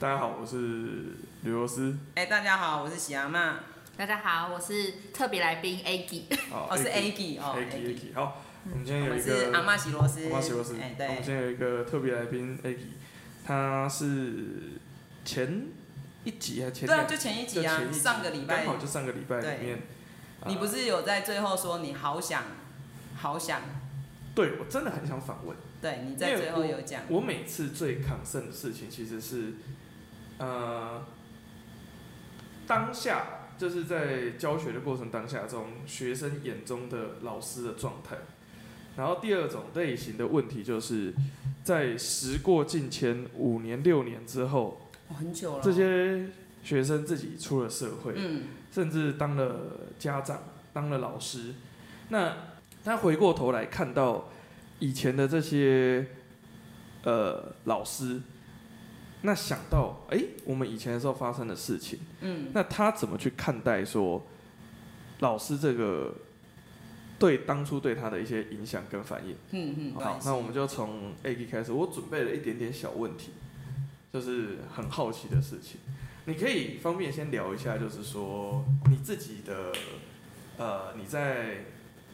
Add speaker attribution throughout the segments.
Speaker 1: 大家好，我是刘罗斯。
Speaker 2: 哎、大家好，我是喜阿妈，
Speaker 3: 大家好，我是特别来宾 Aggy。
Speaker 1: 好
Speaker 2: 我是
Speaker 1: Aki
Speaker 2: Aggy 哦
Speaker 1: Aki
Speaker 2: ，Aggy，
Speaker 1: Aki。好，我们今天
Speaker 2: 我
Speaker 1: 有一
Speaker 2: 们
Speaker 1: 个
Speaker 2: 是阿妈喜罗斯，
Speaker 1: 阿妈喜罗斯，
Speaker 2: 哎、
Speaker 1: 我们
Speaker 2: 对，
Speaker 1: 今天有一个特别来宾 Aki，他是前一集还前
Speaker 2: 对啊，
Speaker 1: 两
Speaker 2: 就前一集
Speaker 1: 就
Speaker 2: 啊，
Speaker 1: 前一集
Speaker 2: 上个礼拜
Speaker 1: 刚，好就上个礼拜里面，
Speaker 2: 你不
Speaker 1: 是
Speaker 2: 是有在最后说你好想，好想，
Speaker 1: 对我真的很想反问，
Speaker 2: 对，你在最后有讲，
Speaker 1: 我每次最抗胜的事情其实是，呃，当下就是在教学的过程当下中，学生眼中的老师的状态。然后第二种类型的问题就是，在时过境迁五年六年之后，
Speaker 2: 哦很久了，
Speaker 1: 这，些学生自己出了社会，
Speaker 2: 嗯，
Speaker 1: 甚至当了家长，当了老师。那他回过头来看到以前的这些呃老师，那想到哎、诶我们以前的时候发生的事情，
Speaker 2: 嗯，
Speaker 1: 那他怎么去看待说老师这个对当初对他的一些影响跟反应？
Speaker 2: 嗯嗯，
Speaker 1: 好，那我们就从 A G 开始。我准备了一点点小问题，就是很好奇的事情。你可以方便先聊一下，就是说你自己的，呃，你在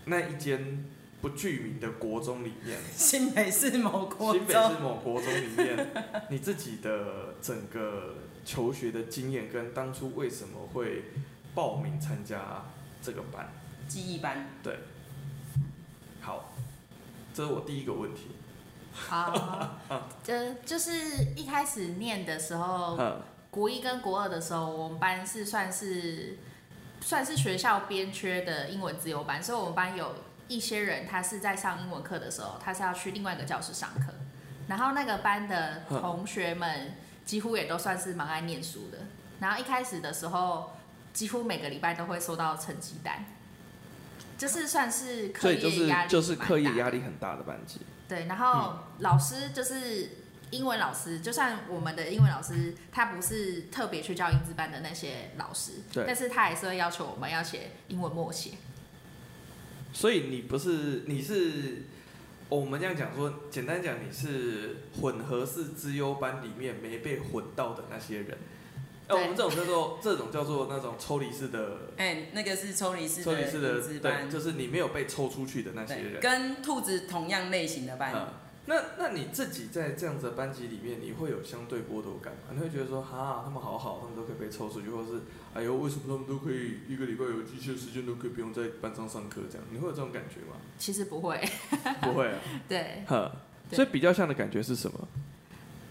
Speaker 1: 那一间不具名的国中里面，
Speaker 2: 新北市某国
Speaker 1: 新北
Speaker 2: 中，
Speaker 1: 市某国中里面，你自己的整个求学的经验跟当初为什么会报名参加这个班？
Speaker 2: 记忆班，
Speaker 1: 好，这是我第一个问题。
Speaker 3: 好，就就是一开始念的时候，
Speaker 1: 嗯，
Speaker 3: 国一跟国二的时候，我们班是算是算是学校编缺的英文自由班，所以我们班有一些人他是在上英文课的时候，他是要去另外一个教室上课，然后那个 班的
Speaker 1: 嗯
Speaker 3: 同学们几乎也都算是蛮爱念书的，然后一开始的时候，几乎每个礼拜都会收到成绩单。就是算是课
Speaker 1: 所以就
Speaker 3: 业
Speaker 1: 是
Speaker 3: 压力，
Speaker 1: 就是课业压力很大的班级。
Speaker 3: 对，然后老师就是英文老师，就算我们的英文老师他不是特别去教英资班的那些老师，
Speaker 1: 对
Speaker 3: 但是他还是会要求我们要写英文默写。
Speaker 1: 所以你不是你是，哦我们这样讲说，简单讲你是混合式资优班里面没被混到的那些人。呃，
Speaker 3: 对
Speaker 1: 我们这种叫做这种叫做那种抽离式的
Speaker 2: 哎、那个是抽离式
Speaker 1: 抽
Speaker 2: 的
Speaker 1: 离式
Speaker 2: 影
Speaker 1: 的，
Speaker 2: 子
Speaker 1: 对，
Speaker 2: 班，
Speaker 1: 就是你没有被抽出去的那些
Speaker 2: 对，
Speaker 1: 人。
Speaker 2: 跟兔子同样类型的班，
Speaker 1: 嗯，那那你自己在这样子的班级里面，你会有相对剥夺感吗？你会觉得说，哈，他们好好，他们都可以被抽出去，或者是，哎呦，为什么他们都可以一个礼拜有一些时间都可以不用在班上上课这样？你会有这种感觉吗？
Speaker 3: 其实不会，
Speaker 1: 不 会啊。
Speaker 3: 对，
Speaker 1: 呵，
Speaker 3: 对
Speaker 1: 所以比较像的感觉是什么？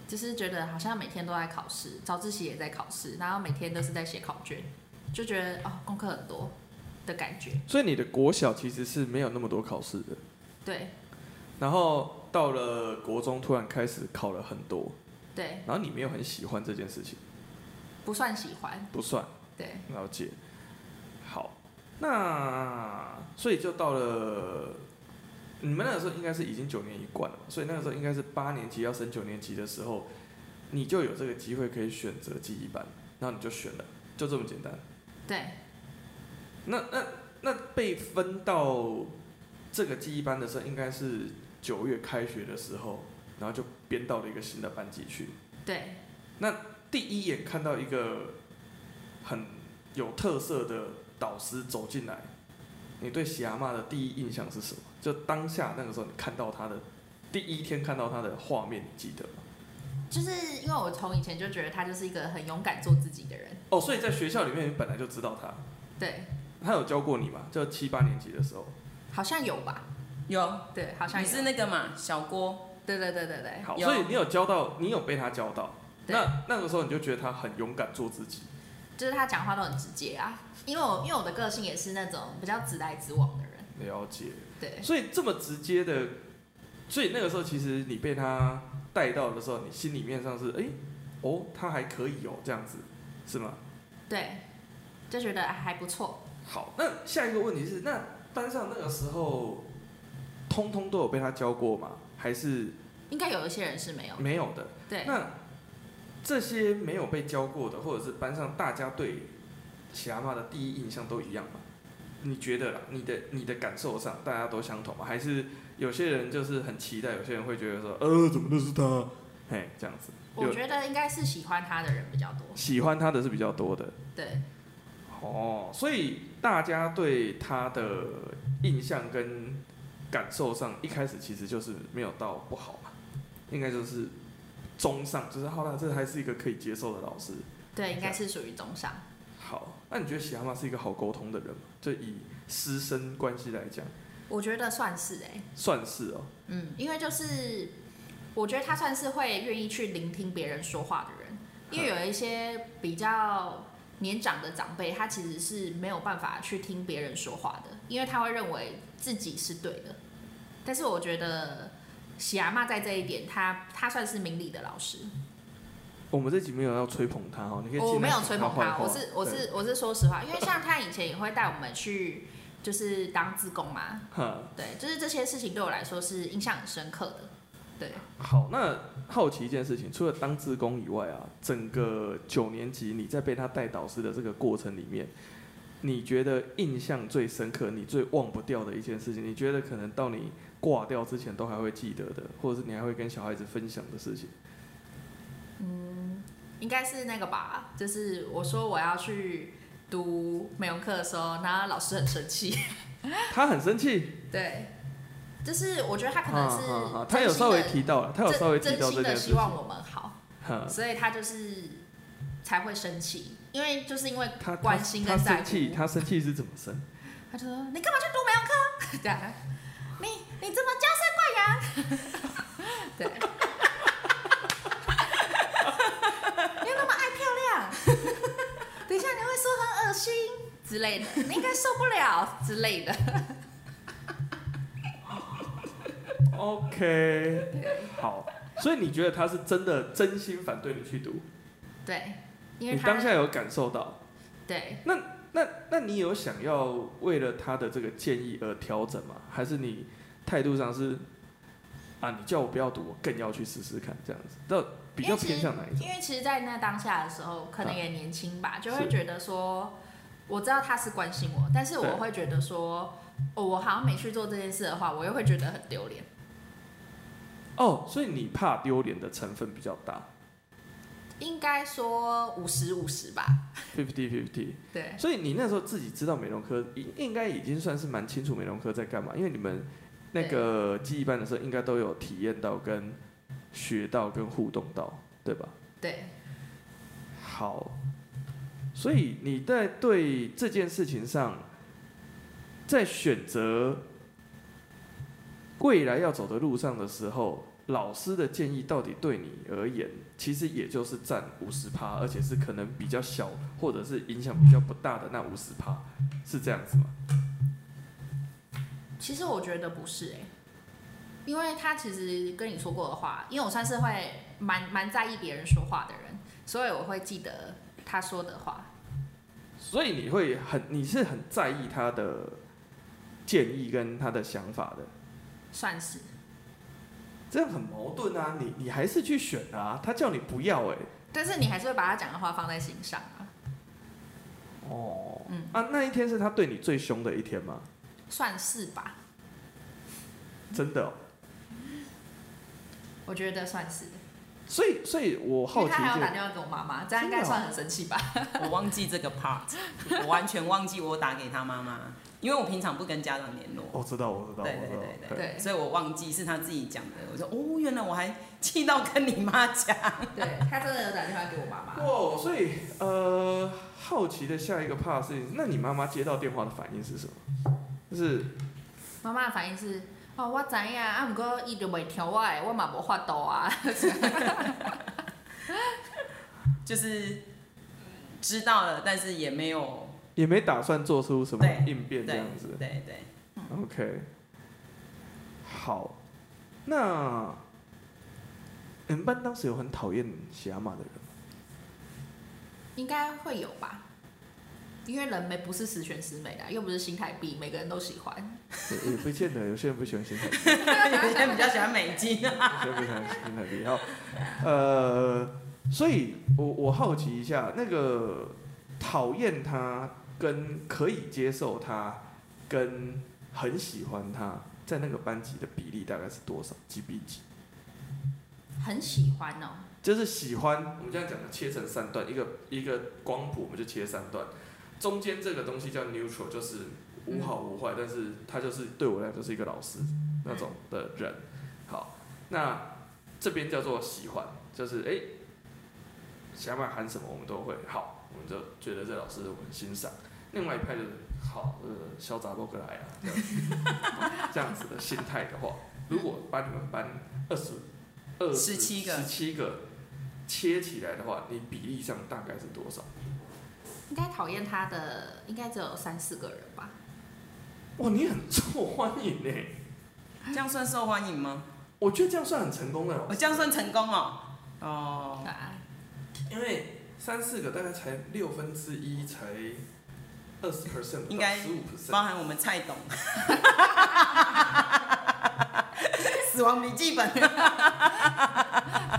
Speaker 3: 就是觉得好像每天都在考试，早自习也在考试，然后每天都是在写考卷，就觉得哦功课很多的感觉。
Speaker 1: 所以你的国小其实是没有那么多考试的，
Speaker 3: 对
Speaker 1: 然后到了国中突然开始考了很多，
Speaker 3: 对，
Speaker 1: 然后你没有很喜欢这件事情，
Speaker 3: 不算喜欢，
Speaker 1: 不算
Speaker 3: 对
Speaker 1: 了解。好，那所以就到了你们那个时候应该是已经九年一贯了嘛，所以那个时候应该是八年级要升九年级的时候，你就有这个机会可以选择记忆班，然后你就选了，就这么简单。
Speaker 3: 对。
Speaker 1: 那那那被分到这个记忆班的时候，应该是九月开学的时候，然后就编到了一个新的班级去。
Speaker 3: 对，
Speaker 1: 第一眼看到一个很有特色的导师走进来，你对喜阿妈的第一印象是什么？就当下那个时候你看到他的第一天看到他的画面，你记得吗？
Speaker 3: 就是因为我从以前就觉得他就是一个很勇敢做自己的人，
Speaker 1: 哦，所以在学校里面你本来就知道他，
Speaker 3: 对，
Speaker 1: 他有教过你吗？就七八年级的时候。
Speaker 3: 好像有吧？
Speaker 2: 有，
Speaker 3: 对，好像
Speaker 2: 你
Speaker 3: 有
Speaker 2: 是那个嘛小郭，
Speaker 3: 对对对对对，
Speaker 1: 好，
Speaker 2: 有
Speaker 1: 所以哎你有教到，你有被他教到。
Speaker 3: 对
Speaker 1: 那那个时候你就觉得他很勇敢做自己，
Speaker 3: 就是他讲话都很直接啊，因为我因为我的个性也是那种比较直来直往的人，
Speaker 1: 了解。
Speaker 3: 对
Speaker 1: 所以这么直接的，所以那个时候其实你被他带到的时候，你心里面上是哎、诶哦，他还可以哦，这样子是吗？
Speaker 3: 对，就觉得还不错。
Speaker 1: 好，那下一个问题是，那班上那个时候，通通都有被他教过吗？还是
Speaker 3: 应该有一些人是没有，
Speaker 1: 没有的？
Speaker 3: 对，
Speaker 1: 那这些没有被教过的，或者是班上大家对喜阿妈的第一印象都一样吗？你觉得啦？你的你的感受上，大家都相同吗？还是有些人就是很期待，有些人会觉得说，呃，怎么都是他？嘿，这样子。
Speaker 3: 我觉得应该是喜欢他的人比较多。
Speaker 1: 喜欢他的是比较多的。
Speaker 3: 对，
Speaker 1: 哦，所以大家对他的印象跟感受上，一开始其实就是没有到不好嘛，应该就是中上，就是好啦，这还是一个可以接受的老师。
Speaker 3: 对，应该是属于中上。
Speaker 1: 好，那你觉得喜蛤蟆是一个好沟通的人吗？就以师生关系来讲，
Speaker 3: 我觉得算是哎、
Speaker 1: 算是哦。
Speaker 3: 嗯，因为就是我觉得他算是会愿意去聆听别人说话的人，因为有一些比较年长的长辈，他其实是没有办法去听别人说话的，因为他会认为自己是对的。但是我觉得喜阿妈在这一点，他他算是明理的老师。
Speaker 1: 我们这集没有要吹捧他哦，你可以
Speaker 3: 我
Speaker 1: 尽
Speaker 3: 没
Speaker 1: 量
Speaker 3: 有
Speaker 1: 讲
Speaker 3: 吹捧
Speaker 1: 坏
Speaker 3: 他，
Speaker 1: 话
Speaker 3: 我是我
Speaker 1: 对
Speaker 3: 是我是说实话，因为像他以前也会带我们去就是当自工嘛，
Speaker 1: 哈
Speaker 3: 对，就是这些事情对我来说是印象很深刻的。对，
Speaker 1: 好。那好奇一件事情，除了当志工以外啊，整个九年级你在被他带导师的这个过程里面，你觉得印象最深刻、你最忘不掉的一件事情，你觉得可能到你挂掉之前都还会记得的，或者是你还会跟小孩子分享的事情？
Speaker 3: 应该是那个吧，就是我说我要去读美容课的时候，然后老师很生气。
Speaker 1: 他很生气，
Speaker 3: 对，就是我觉得他可
Speaker 1: 啊
Speaker 3: 能
Speaker 1: 啊
Speaker 3: 是
Speaker 1: 啊他
Speaker 3: 真
Speaker 1: 有
Speaker 3: 心
Speaker 1: 稍微
Speaker 3: 的
Speaker 1: 提到了，他有
Speaker 3: 真
Speaker 1: 稍微提
Speaker 3: 真
Speaker 1: 到
Speaker 3: 心
Speaker 1: 这件
Speaker 3: 的
Speaker 1: 事
Speaker 3: 希
Speaker 1: 情。
Speaker 3: 望我们好，
Speaker 1: 哈
Speaker 3: 所以他就是才会生气，因为就是因为
Speaker 1: 他
Speaker 3: 关心
Speaker 1: 他
Speaker 3: 跟
Speaker 1: 他
Speaker 3: 在
Speaker 1: 生气，
Speaker 3: 乎。
Speaker 1: 他生气是怎么生？
Speaker 3: 他就说：“你干嘛去读美容课？” 对啊，你你怎么娇生惯养？ 对，你有那么爱漂亮？ 等一下你会说很恶心之类的， 你应该受不了之类的。
Speaker 1: OK，好，所以你觉得他是真的真心反对你去读？
Speaker 3: 对，因为
Speaker 1: 你
Speaker 3: 他
Speaker 1: 当下有感受到？
Speaker 3: 对
Speaker 1: 那那你有想要为了他的这个建议而调整吗？还是你态度上是啊，你叫我不要读，我更要去试试看这样子？那比较偏向哪一种？
Speaker 3: 因为其实，在那当下的时候，可能也年轻吧，就会
Speaker 1: 是
Speaker 3: 觉得说，我知道他是关心我，但是
Speaker 1: 对
Speaker 3: 我会觉得说，哦，我好像没去做这件事的话，我又会觉得很丢脸。
Speaker 1: 哦，所以你怕丢脸的成分比较大
Speaker 3: 应该说五十五十吧，
Speaker 1: ，fifty fifty。
Speaker 3: 对，
Speaker 1: 所以你那时候自己知道美容科应应该已经算是蛮清楚美容科在干嘛，因为你们那个记忆班的时候应该都有体验到、跟学到、跟互动到，对吧？
Speaker 3: 对，
Speaker 1: 好，所以你在对这件事情上，在选择未来要走的路上的时候，老师的建议到底对你而言，其实也就是占五十趴，而且是可能比较小，或者是影响比较不大的那五十趴，是这样子吗？
Speaker 3: 其实我觉得不是哎、因为他其实跟你说过的话，因为我算是会蛮蛮在意别人说话的人，所以我会记得他说的话。
Speaker 1: 所以你会很，你是很在意他的建议跟他的想法的。
Speaker 3: 算是
Speaker 1: 这样很矛盾啊！你你还是去选啊，他叫你不要哎、
Speaker 3: 但是你还是会把他讲的话放在心上啊，
Speaker 1: 哦，
Speaker 3: 嗯
Speaker 1: 啊，那一天是他对你最凶的一天吗？
Speaker 3: 算是吧，
Speaker 1: 真的哦、
Speaker 3: 我觉得算是，
Speaker 1: 所以，所以我
Speaker 3: 因
Speaker 1: 好
Speaker 3: 为
Speaker 1: 奇
Speaker 3: 他还
Speaker 1: 一件，
Speaker 3: 要打电话给我妈妈，这样应该
Speaker 1: 哦
Speaker 3: 算很生气吧？
Speaker 2: 我忘记这个 part，我完全忘记我打给他妈妈，因为我平常不跟家长联络，
Speaker 1: 我哦知道，我知道，我
Speaker 2: 对对
Speaker 1: 知道，对
Speaker 2: 对
Speaker 3: 对
Speaker 2: 所以我忘记是他自己讲的。我说哦，原来我还气到跟你妈讲。
Speaker 3: 对他真的有打电话给我妈 妈，
Speaker 1: 哇，所以呃，好奇的下一个怕是，那你妈妈接到电话的反应是什么？就是
Speaker 3: 妈妈的反应是。哦，我知影，啊，不过伊就袂听我的，我嘛无法度啊。
Speaker 2: 就是嗯知道了，但是也没有
Speaker 1: 也没打算做出什么
Speaker 2: 对
Speaker 1: 应变这
Speaker 2: 对
Speaker 1: 样子。
Speaker 2: 对对，
Speaker 1: OK，好，那你们班当时有很讨厌喜阿玛的人吗？
Speaker 3: 应该会有吧，因为人没不是十全十美的啊，又不是新台币，每个人都喜欢。
Speaker 1: 也也不见得，有些人不喜欢新台币。
Speaker 2: 有些人比较喜欢美金啊。
Speaker 1: 非常非常非常厉害。呃，所以我我好奇一下，那个讨厌他跟可以接受他跟很喜欢他，在那个班级的比例大概是多少？几比几？
Speaker 3: 很喜欢哦，
Speaker 1: 就是喜欢我们这样讲的切成三段，一个一个光谱我们就切三段，中间这个东西叫 neutral，就是无好无坏，但是他就是对我来讲就是一个老师那种的人。好，那这边叫做喜欢，就是哎、想买喊什么我们都会好，我们就觉得这老师我们欣赏。另外一派就是好，呃，小杂波过来啊，这样子这样 子的心态的话，如果把你们班二十二
Speaker 2: 17个
Speaker 1: 十七个切起来的话，你比例上大概是多少？
Speaker 3: 应该讨厌他的应该只有三四个人吧？
Speaker 1: 哇，你很受欢迎呢、欸
Speaker 2: 这样算受欢迎吗？
Speaker 1: 我觉得这样算很成功的哦
Speaker 2: 我这样算成功哦。哦，
Speaker 3: 对啊，
Speaker 1: 因为三四个大概才六分之一，才二十 percent，
Speaker 2: 应该
Speaker 1: 十五 percent。
Speaker 2: 包含我们蔡 董，死亡笔记本。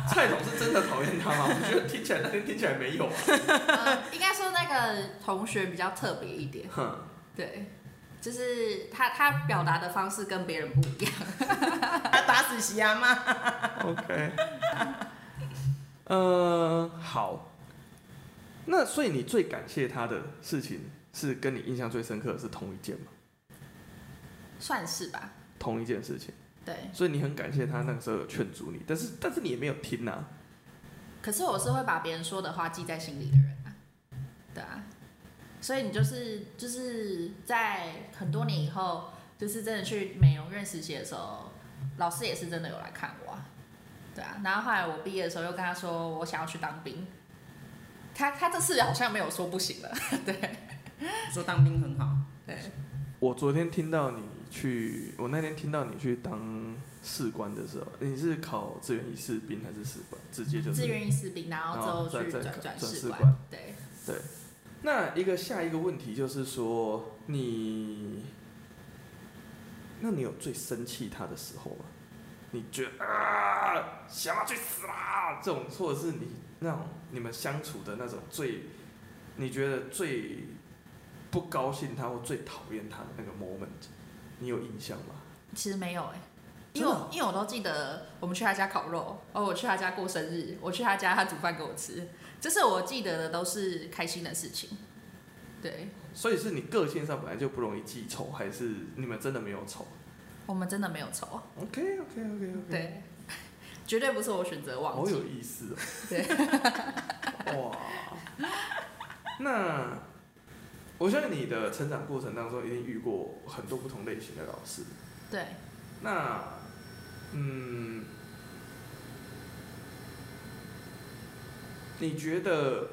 Speaker 1: 蔡总是真的讨厌他 吗？我觉得听起来那天听起来没有啊。
Speaker 3: 呃应该说那个同学比较特别一点，
Speaker 1: 哼
Speaker 3: 对，就是他他表达的方式跟别人不一样。
Speaker 2: 他打死席阿妈。
Speaker 1: OK，呃，好。那所以你最感谢他的事情是跟你印象最深刻的是同一件吗？
Speaker 3: 算是吧，
Speaker 1: 同一件事情，
Speaker 3: 对。
Speaker 1: 所以你很感谢他那个时候有劝阻你，但是但是你也没有听啊。
Speaker 3: 可是我是会把别人说的话记在心里的人啊，对啊。所以你就是就是在很多年以后，就是真的去美容院实习的时候，老师也是真的有来看我啊，对啊。然后后来我毕业的时候又跟他说我想要去当兵，他他这次好像没有说不行了，对
Speaker 2: 说当兵很好，
Speaker 3: 对。
Speaker 1: 我昨天听到你去，我那天听到你去当士官的时候，你是考志愿役士兵还是士官？直接就是
Speaker 3: 志愿役士兵，然后之后
Speaker 1: 然后
Speaker 3: 去
Speaker 1: 再再
Speaker 3: 转哦转
Speaker 1: 转士
Speaker 3: 士
Speaker 1: 官
Speaker 3: 官，对。
Speaker 1: 那一个下一个问题就是说，你，那你有最生气他的时候吗？你觉得啊，想要去死啦这种，或者是你那种你们相处的那种最，你觉得最不高兴他或最讨厌他的那个 moment，你有印象吗？
Speaker 3: 其实没有哎、
Speaker 1: 真
Speaker 3: 因
Speaker 1: 的
Speaker 3: 为
Speaker 1: 哦
Speaker 3: 我因为我都记得我们去他家烤肉，哦，我去他家过生日，我去他家他煮饭给我吃，就是我记得的都是开心的事情。对，
Speaker 1: 所以是你个性上本来就不容易记仇，还是你们真的没有仇
Speaker 3: 我们真的没有仇，
Speaker 1: ？OK OK OK OK，，
Speaker 3: 对， 绝对不是我选择忘
Speaker 1: 好嗯
Speaker 3: 记。
Speaker 1: 有意思哦。
Speaker 3: 对，
Speaker 1: 哇，那我相信你的成长过程当中一定遇过很多不同类型的老师。
Speaker 3: 对，
Speaker 1: 那，嗯，你觉得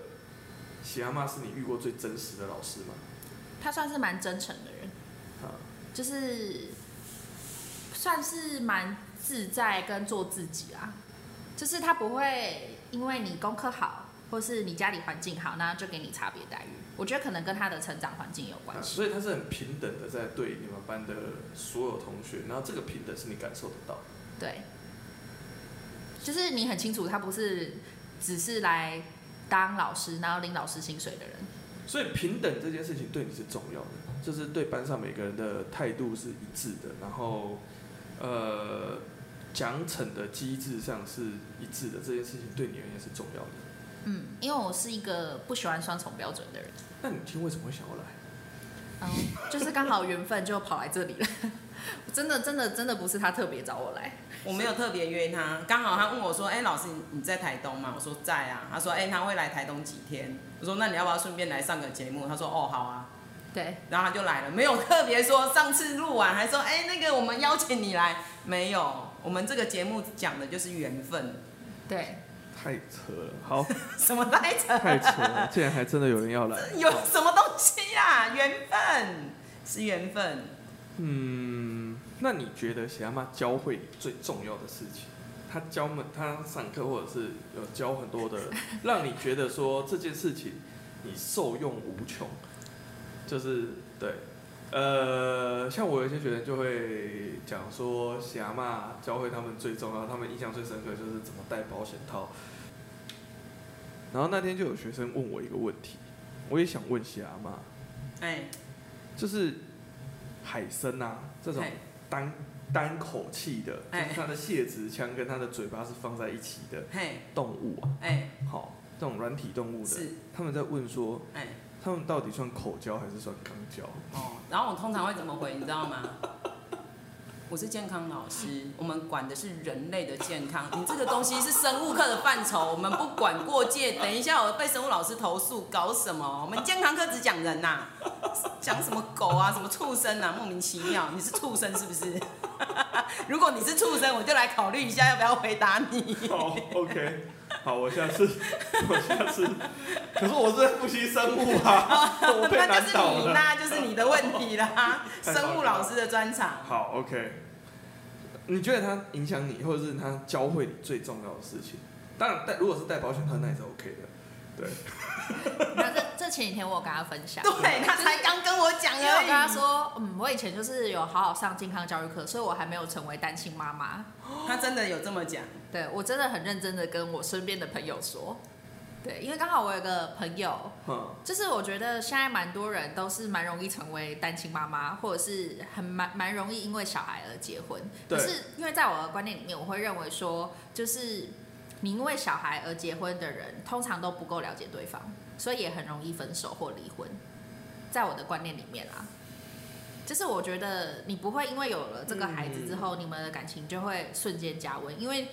Speaker 1: 喜阿妈是你遇过最真实的老师吗？
Speaker 3: 他算是蛮真诚的人，
Speaker 1: 啊，
Speaker 3: 就是算是蛮自在跟做自己啊，就是他不会因为你功课好，或是你家里环境好，那就给你差别待遇。我觉得可能跟他的成长环境有关
Speaker 1: 啊
Speaker 3: 系。
Speaker 1: 所以他是很平等的在对你们班的所有同学，然后这个平等是你感受得到的。
Speaker 3: 对，就是你很清楚，他不是只是来当老师，然后领老师薪水的人。
Speaker 1: 所以平等这件事情对你是重要的，就是对班上每个人的态度是一致的，然后呃奖惩的机制上是一致的，这件事情对你而言是重要的。
Speaker 3: 嗯，因为我是一个不喜欢双重标准的人，
Speaker 1: 那你今天为什么会想要来？
Speaker 3: 嗯， 就是刚好缘分就跑来这里了。 真的，真的，真的不是他特别找我来。
Speaker 2: 我没有特别约他，刚好他问我说：“哎、老师你你在台东吗？”我说：“在啊。”他说：“哎、他会来台东几天？”我说：“那你要不要顺便来上个节目？”他说：“哦，好啊。
Speaker 3: 对，”
Speaker 2: 然后他就来了，没有特别说上次录完还说：“哎、那个我们邀请你来。”没有，我们这个节目讲的就是缘分，
Speaker 3: 对，
Speaker 1: 太扯了，好，
Speaker 2: 什么来着？
Speaker 1: 太扯了，竟然还真的有人要来
Speaker 2: 。有什么东西啊？缘分是缘分。
Speaker 1: 嗯，那你觉得喜阿妈教会你最重要的事情？他教们，他上课或者是有教很多的，让你觉得说这件事情你受用无穷，就是对。呃，像我有些学生就会讲说，喜阿妈教会他们最重要，他们印象最深刻就是怎么戴保险套。然后那天就有学生问我一个问题，我也想问喜阿妈，
Speaker 2: 哎、
Speaker 1: 就是海参啊这种
Speaker 2: 哎
Speaker 1: 单单口气的，就
Speaker 2: 哎
Speaker 1: 是它的蟹子腔跟它的嘴巴是放在一起的
Speaker 2: 嘿，
Speaker 1: 动物啊，
Speaker 2: 哎，
Speaker 1: 好，这种软体动物的，
Speaker 2: 是，
Speaker 1: 他们在问说，
Speaker 2: 哎，
Speaker 1: 他们到底算口交还是算肛 交？
Speaker 2: 哦，然后我通常会怎么回，你知道吗？我是健康老师，我们管的是人类的健康，你这个东西是生物课的范畴，我们不管过界。等一下我被生物老师投诉，搞什么？我们健康课只讲人呐、讲什么狗啊，什么畜生啊，莫名其妙。你是畜生是不是？ 如果你是畜生，我就来考虑一下要不要回答 你。
Speaker 1: 好，OK，好，我下次， 我下次，可是我是在复习生物 啊，我被
Speaker 2: 哦那就
Speaker 1: 难
Speaker 2: 是
Speaker 1: 倒
Speaker 2: 你
Speaker 1: 了。
Speaker 2: 啦，就是你的问题啦，
Speaker 1: 太好了
Speaker 2: 生物老师的专场。
Speaker 1: 好，OK，你觉得它影响你，或者是它教会你最重要的事情？当然，但如果是带保险套，那也是 OK 的。
Speaker 3: 那这这前几天我有跟他分享，
Speaker 2: 对他才刚跟我讲而已。
Speaker 3: 因为我跟他说，嗯，我以前就是有好好上健康教育课，所以我还没有成为单亲妈妈。
Speaker 2: 他真的有这么讲，
Speaker 1: 哦
Speaker 3: 对我真的很认真的跟我身边的朋友说，对，因为刚好我有个朋友，
Speaker 1: 哼，
Speaker 3: 就是我觉得现在蛮多人都是蛮容易成为单亲妈妈，或者是很蛮蛮容易因为小孩而结婚。
Speaker 1: 对
Speaker 3: 可是因为在我的观念里面，我会认为说，就是你因为小孩而结婚的人，通常都不够了解对方，所以也很容易分手或离婚。在我的观念里面啊，就是我觉得你不会因为有了这个孩子之后，你们的感情就会瞬间加温，因为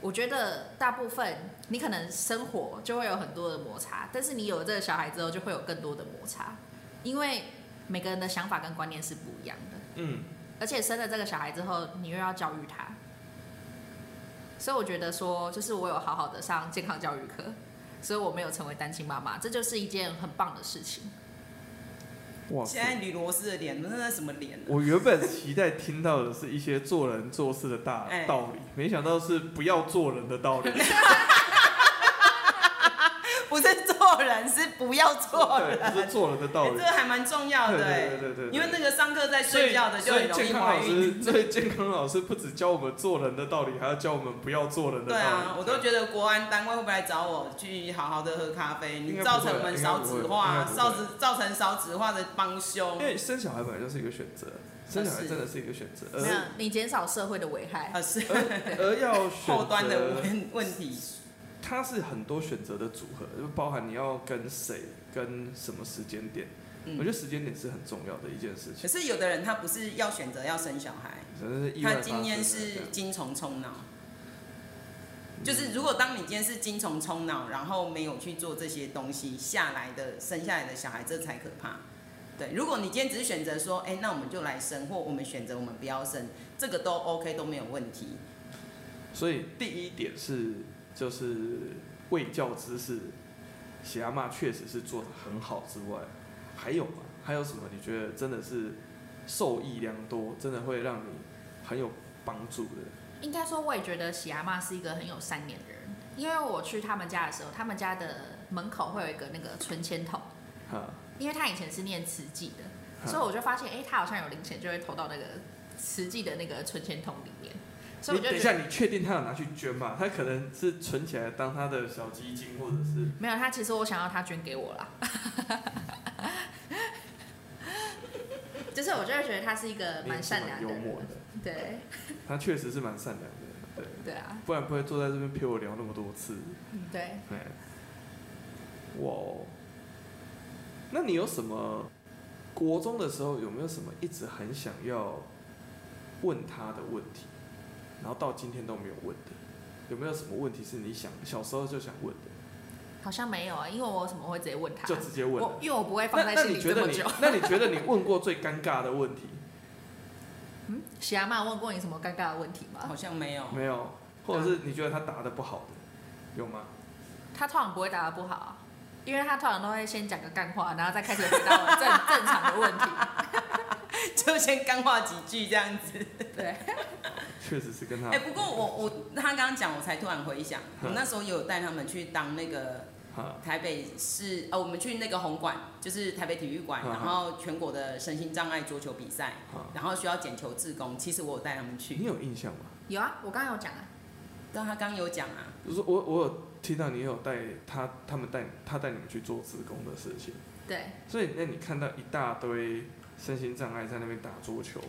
Speaker 3: 我觉得大部分你可能生活就会有很多的摩擦，但是你有了这个小孩之后，就会有更多的摩擦，因为每个人的想法跟观念是不一样的，
Speaker 1: 嗯，
Speaker 3: 而且生了这个小孩之后，你又要教育他，所以我觉得说，就是我有好好的上健康教育课，所以我没有成为单亲妈妈，这就是一件很棒的事情。
Speaker 1: 哇
Speaker 2: 现在吕罗斯的脸，那是什么脸、啊？
Speaker 1: 我原本期待听到的是一些做人做事的大
Speaker 2: 哎
Speaker 1: 道理，没想到是不要做人的道理。
Speaker 2: 不是做人，是不要 做人。
Speaker 1: 对，不是做人的道
Speaker 2: 哎
Speaker 1: 理
Speaker 2: 这。个还蛮重要
Speaker 1: 对
Speaker 2: 的、哎
Speaker 1: 对对对对，
Speaker 2: 因为那个上课在睡觉的就
Speaker 1: 所以
Speaker 2: 很容
Speaker 1: 健
Speaker 2: 易
Speaker 1: 康老
Speaker 2: 怀孕。
Speaker 1: 师，所以健康老师不只教我们做人的道理，还要教我们不要做人的道
Speaker 2: 对
Speaker 1: 理。
Speaker 2: 啊，我都觉得国安单位会不会来找我去好好的喝咖啡？
Speaker 1: 应
Speaker 2: 你
Speaker 1: 该
Speaker 2: 造
Speaker 1: 不会
Speaker 2: 成我们
Speaker 1: 应该
Speaker 2: 少
Speaker 1: 不
Speaker 2: 子
Speaker 1: 会应
Speaker 2: 化
Speaker 1: 该，不会
Speaker 2: 少子造成少子化的帮凶
Speaker 1: 因为生小孩本来就是一个选择，生小孩真的是一个选择，
Speaker 3: 没有
Speaker 1: 而，
Speaker 3: 你减少社会的危害。
Speaker 2: 啊，是
Speaker 1: 而 要选
Speaker 2: 后端的
Speaker 1: 择，
Speaker 2: 问问题。
Speaker 1: 它是很多选择的组合，就包含你要跟谁、跟什么时间点。
Speaker 2: 嗯
Speaker 1: 我觉得时间点是很重要的一件事
Speaker 2: 可
Speaker 1: 情，
Speaker 2: 是有的人他不是要选择要生小孩，
Speaker 1: 真的是意外
Speaker 2: 他
Speaker 1: 发生
Speaker 2: 今
Speaker 1: 的
Speaker 2: 天
Speaker 1: 这
Speaker 2: 是
Speaker 1: 样
Speaker 2: 精虫充脑。就是如果当你今天是精虫充脑，然后没有去做这些东西下来的生下来的小孩，这才可怕。对，如果你今天只是选择说，哎、那我们就来生，或我们选择我们不要生，这个都 OK 都没有问题。
Speaker 1: 所以第一点是，就是卫教知识，喜阿妈确实是做的很好之外，还有吗？还有什么？你觉得真的是受益良多，真的会让你很有帮助的？
Speaker 3: 应该说，我也觉得喜阿妈是一个很有善念的人，因为我去他们家的时候，他们家的门口会有一个那个存钱筒，
Speaker 1: 哈，
Speaker 3: 因为他以前是念慈济的，
Speaker 1: 哈
Speaker 3: 所以我就发现，哎、他好像有零钱就会投到那个慈济的那个存钱筒里面，所以
Speaker 1: 你
Speaker 3: 我就
Speaker 1: 等一
Speaker 3: 觉得
Speaker 1: 下，你确定他有拿去捐吗？他可能是存起来当他的小基金，或者是
Speaker 3: 没有他，其实我想要他捐给我啦。 就是我就会觉得他是一个蛮善良
Speaker 1: 幽
Speaker 3: 的
Speaker 1: 默
Speaker 3: 人，
Speaker 1: 的，
Speaker 3: 对
Speaker 1: 他确实是蛮善良的，对，
Speaker 3: 对啊，嗯
Speaker 1: 不然不会坐在这边陪我聊那么多次。
Speaker 3: 对。
Speaker 1: 哎，哇哦！那你有什么国中的时候有没有什么一直很想要问他的问题，然后到今天都没有问的？有没有什么问题是你想小时候就想问的，
Speaker 3: 好像没有啊，因为我怎么会直接问他？
Speaker 1: 就直接问
Speaker 3: 我
Speaker 1: 了？
Speaker 3: 因为我不会放
Speaker 1: 那
Speaker 3: 在
Speaker 1: 那
Speaker 3: 心
Speaker 1: 你
Speaker 3: 里
Speaker 1: 觉
Speaker 3: 这
Speaker 1: 得
Speaker 3: 么
Speaker 1: 你
Speaker 3: 久。
Speaker 1: 那你觉得你问过最尴尬的问题
Speaker 3: 嗯，喜阿妈问过你什么尴尬的问题吗？
Speaker 1: 哦
Speaker 2: 好像没
Speaker 3: 哦
Speaker 2: 有，
Speaker 1: 啊没有？或者是你觉得他答的不好的有吗？
Speaker 3: 他通常不会答的不好啊，因为他通常都会先讲个干话，然后再开始回答我正 正常的问题。
Speaker 2: 就先干话几句这样子。
Speaker 3: 对，
Speaker 1: 确实是跟他
Speaker 2: 哎、不过我我他刚刚讲，我才突然回想，我那时候有带他们去当那个
Speaker 1: 啊
Speaker 2: 台北市呃，我们去那个红馆，就是台北体育馆，
Speaker 1: 嗯
Speaker 2: 然后全国的身心障碍桌球比赛，
Speaker 1: 啊，
Speaker 2: 然后需要捡球志工。其实我有带他们
Speaker 1: 你
Speaker 2: 去，
Speaker 1: 有印象吗？
Speaker 3: 有啊，我刚刚有讲啊，
Speaker 2: 但他刚有讲啊，
Speaker 1: 就是我我有听到你有带他他们带他带你们去做职工的事情，
Speaker 3: 对，
Speaker 1: 所以那你看到一大堆身心障碍在那边打桌球，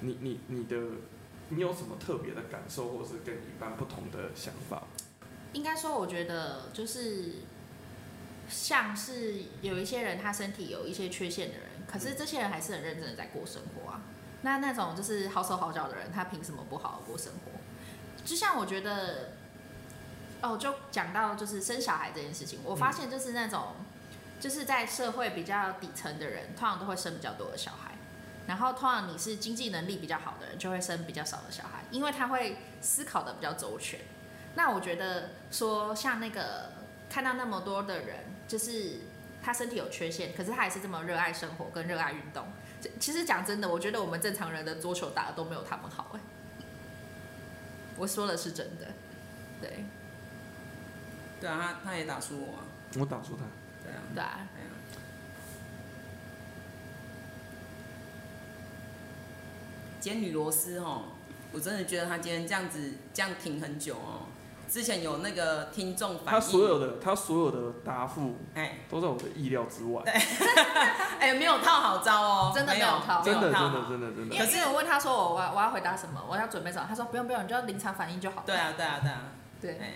Speaker 1: 你你你的你有什么特别的感受，或是跟一般不同的想法？
Speaker 3: 应该说，我觉得就是像是有一些人他身体有一些缺陷的人，可是这些人还是很认真的在过生活啊。那那种就是好手好脚的人，他凭什么不好好过生活？就像我觉得，哦，就讲到就是生小孩这件事情，我发现就是那种、就是在社会比较底层的人，通常都会生比较多的小孩。然后通常你是经济能力比较好的人，就会生比较少的小孩，因为他会思考的比较周全。那我觉得说，像那个看到那么多的人，就是他身体有缺陷，可是他还是这么热爱生活跟热爱运动。这其实讲真的，我觉得我们正常人的桌球打的都没有他们好哎、我说的是真的，对
Speaker 2: 对啊，他他也打输我啊，
Speaker 1: 我打住他，
Speaker 2: 对啊，
Speaker 3: 对啊，
Speaker 2: 对啊。今天女螺丝哦，我真的觉得她今天这样子这样停很久哦。之前有那个听众反
Speaker 1: 他
Speaker 2: 映，
Speaker 1: 所有的他所有的答复
Speaker 2: 哎
Speaker 1: 都在我的意料之外，
Speaker 2: 哎没有套好招哦，
Speaker 3: 真的
Speaker 2: 没
Speaker 3: 没有套
Speaker 1: 真的
Speaker 2: 没有
Speaker 1: 真
Speaker 2: 好
Speaker 1: 的真的真
Speaker 3: 因
Speaker 1: 的。
Speaker 3: 为因为我问他说我我要我要回答什么，我要准备什么，他说不用不用，你就临场反应就好了。
Speaker 2: 对啊对啊对啊，
Speaker 3: 对，
Speaker 2: 哎，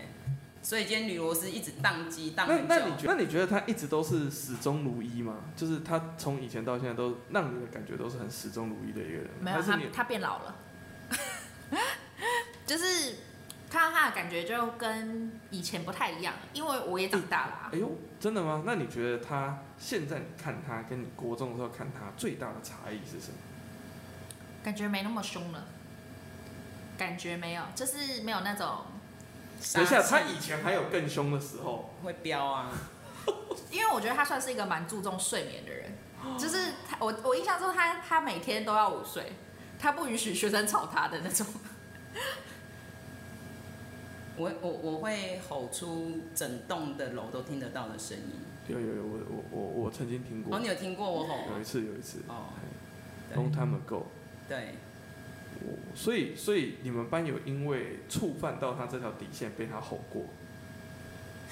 Speaker 2: 所以今天女螺丝一直宕机宕
Speaker 1: 那
Speaker 2: 很
Speaker 1: 那你
Speaker 2: 久。
Speaker 1: 觉那你觉得他一直都是始终如一吗？就是他从以前到现在都让你的感觉都是很始终如一的一个人，
Speaker 3: 没有
Speaker 1: 还是
Speaker 3: 他
Speaker 1: 你，
Speaker 3: 他变老了， 就是看到他的感觉就跟以前不太一样了，因为我也长大了、啊。
Speaker 1: 哎呦，真的吗？那你觉得他现在你看他跟你国中的时候看他最大的差异是什么？
Speaker 3: 感觉没那么凶了，感觉没有，就是没有那种，
Speaker 1: 等一下，
Speaker 2: 杀
Speaker 1: 他
Speaker 2: 气
Speaker 1: 以前还有更凶的时候，
Speaker 2: 会飙啊，
Speaker 3: 因为我觉得他算是一个蛮注重睡眠的人，就是他，我我印象中他他每天都要午睡，他不允许学生吵他的那种，
Speaker 2: 我我我会吼出整栋的楼都听得到的声音。
Speaker 1: 有有有，我我我我曾经听过
Speaker 2: 哦，你，有听过我吼
Speaker 1: 有一
Speaker 2: 吗？
Speaker 1: 次有一次
Speaker 2: 哦，
Speaker 1: ，long time ago，
Speaker 2: 对，
Speaker 1: 我所以所以你们班有因为触犯到他这条底线被他吼过，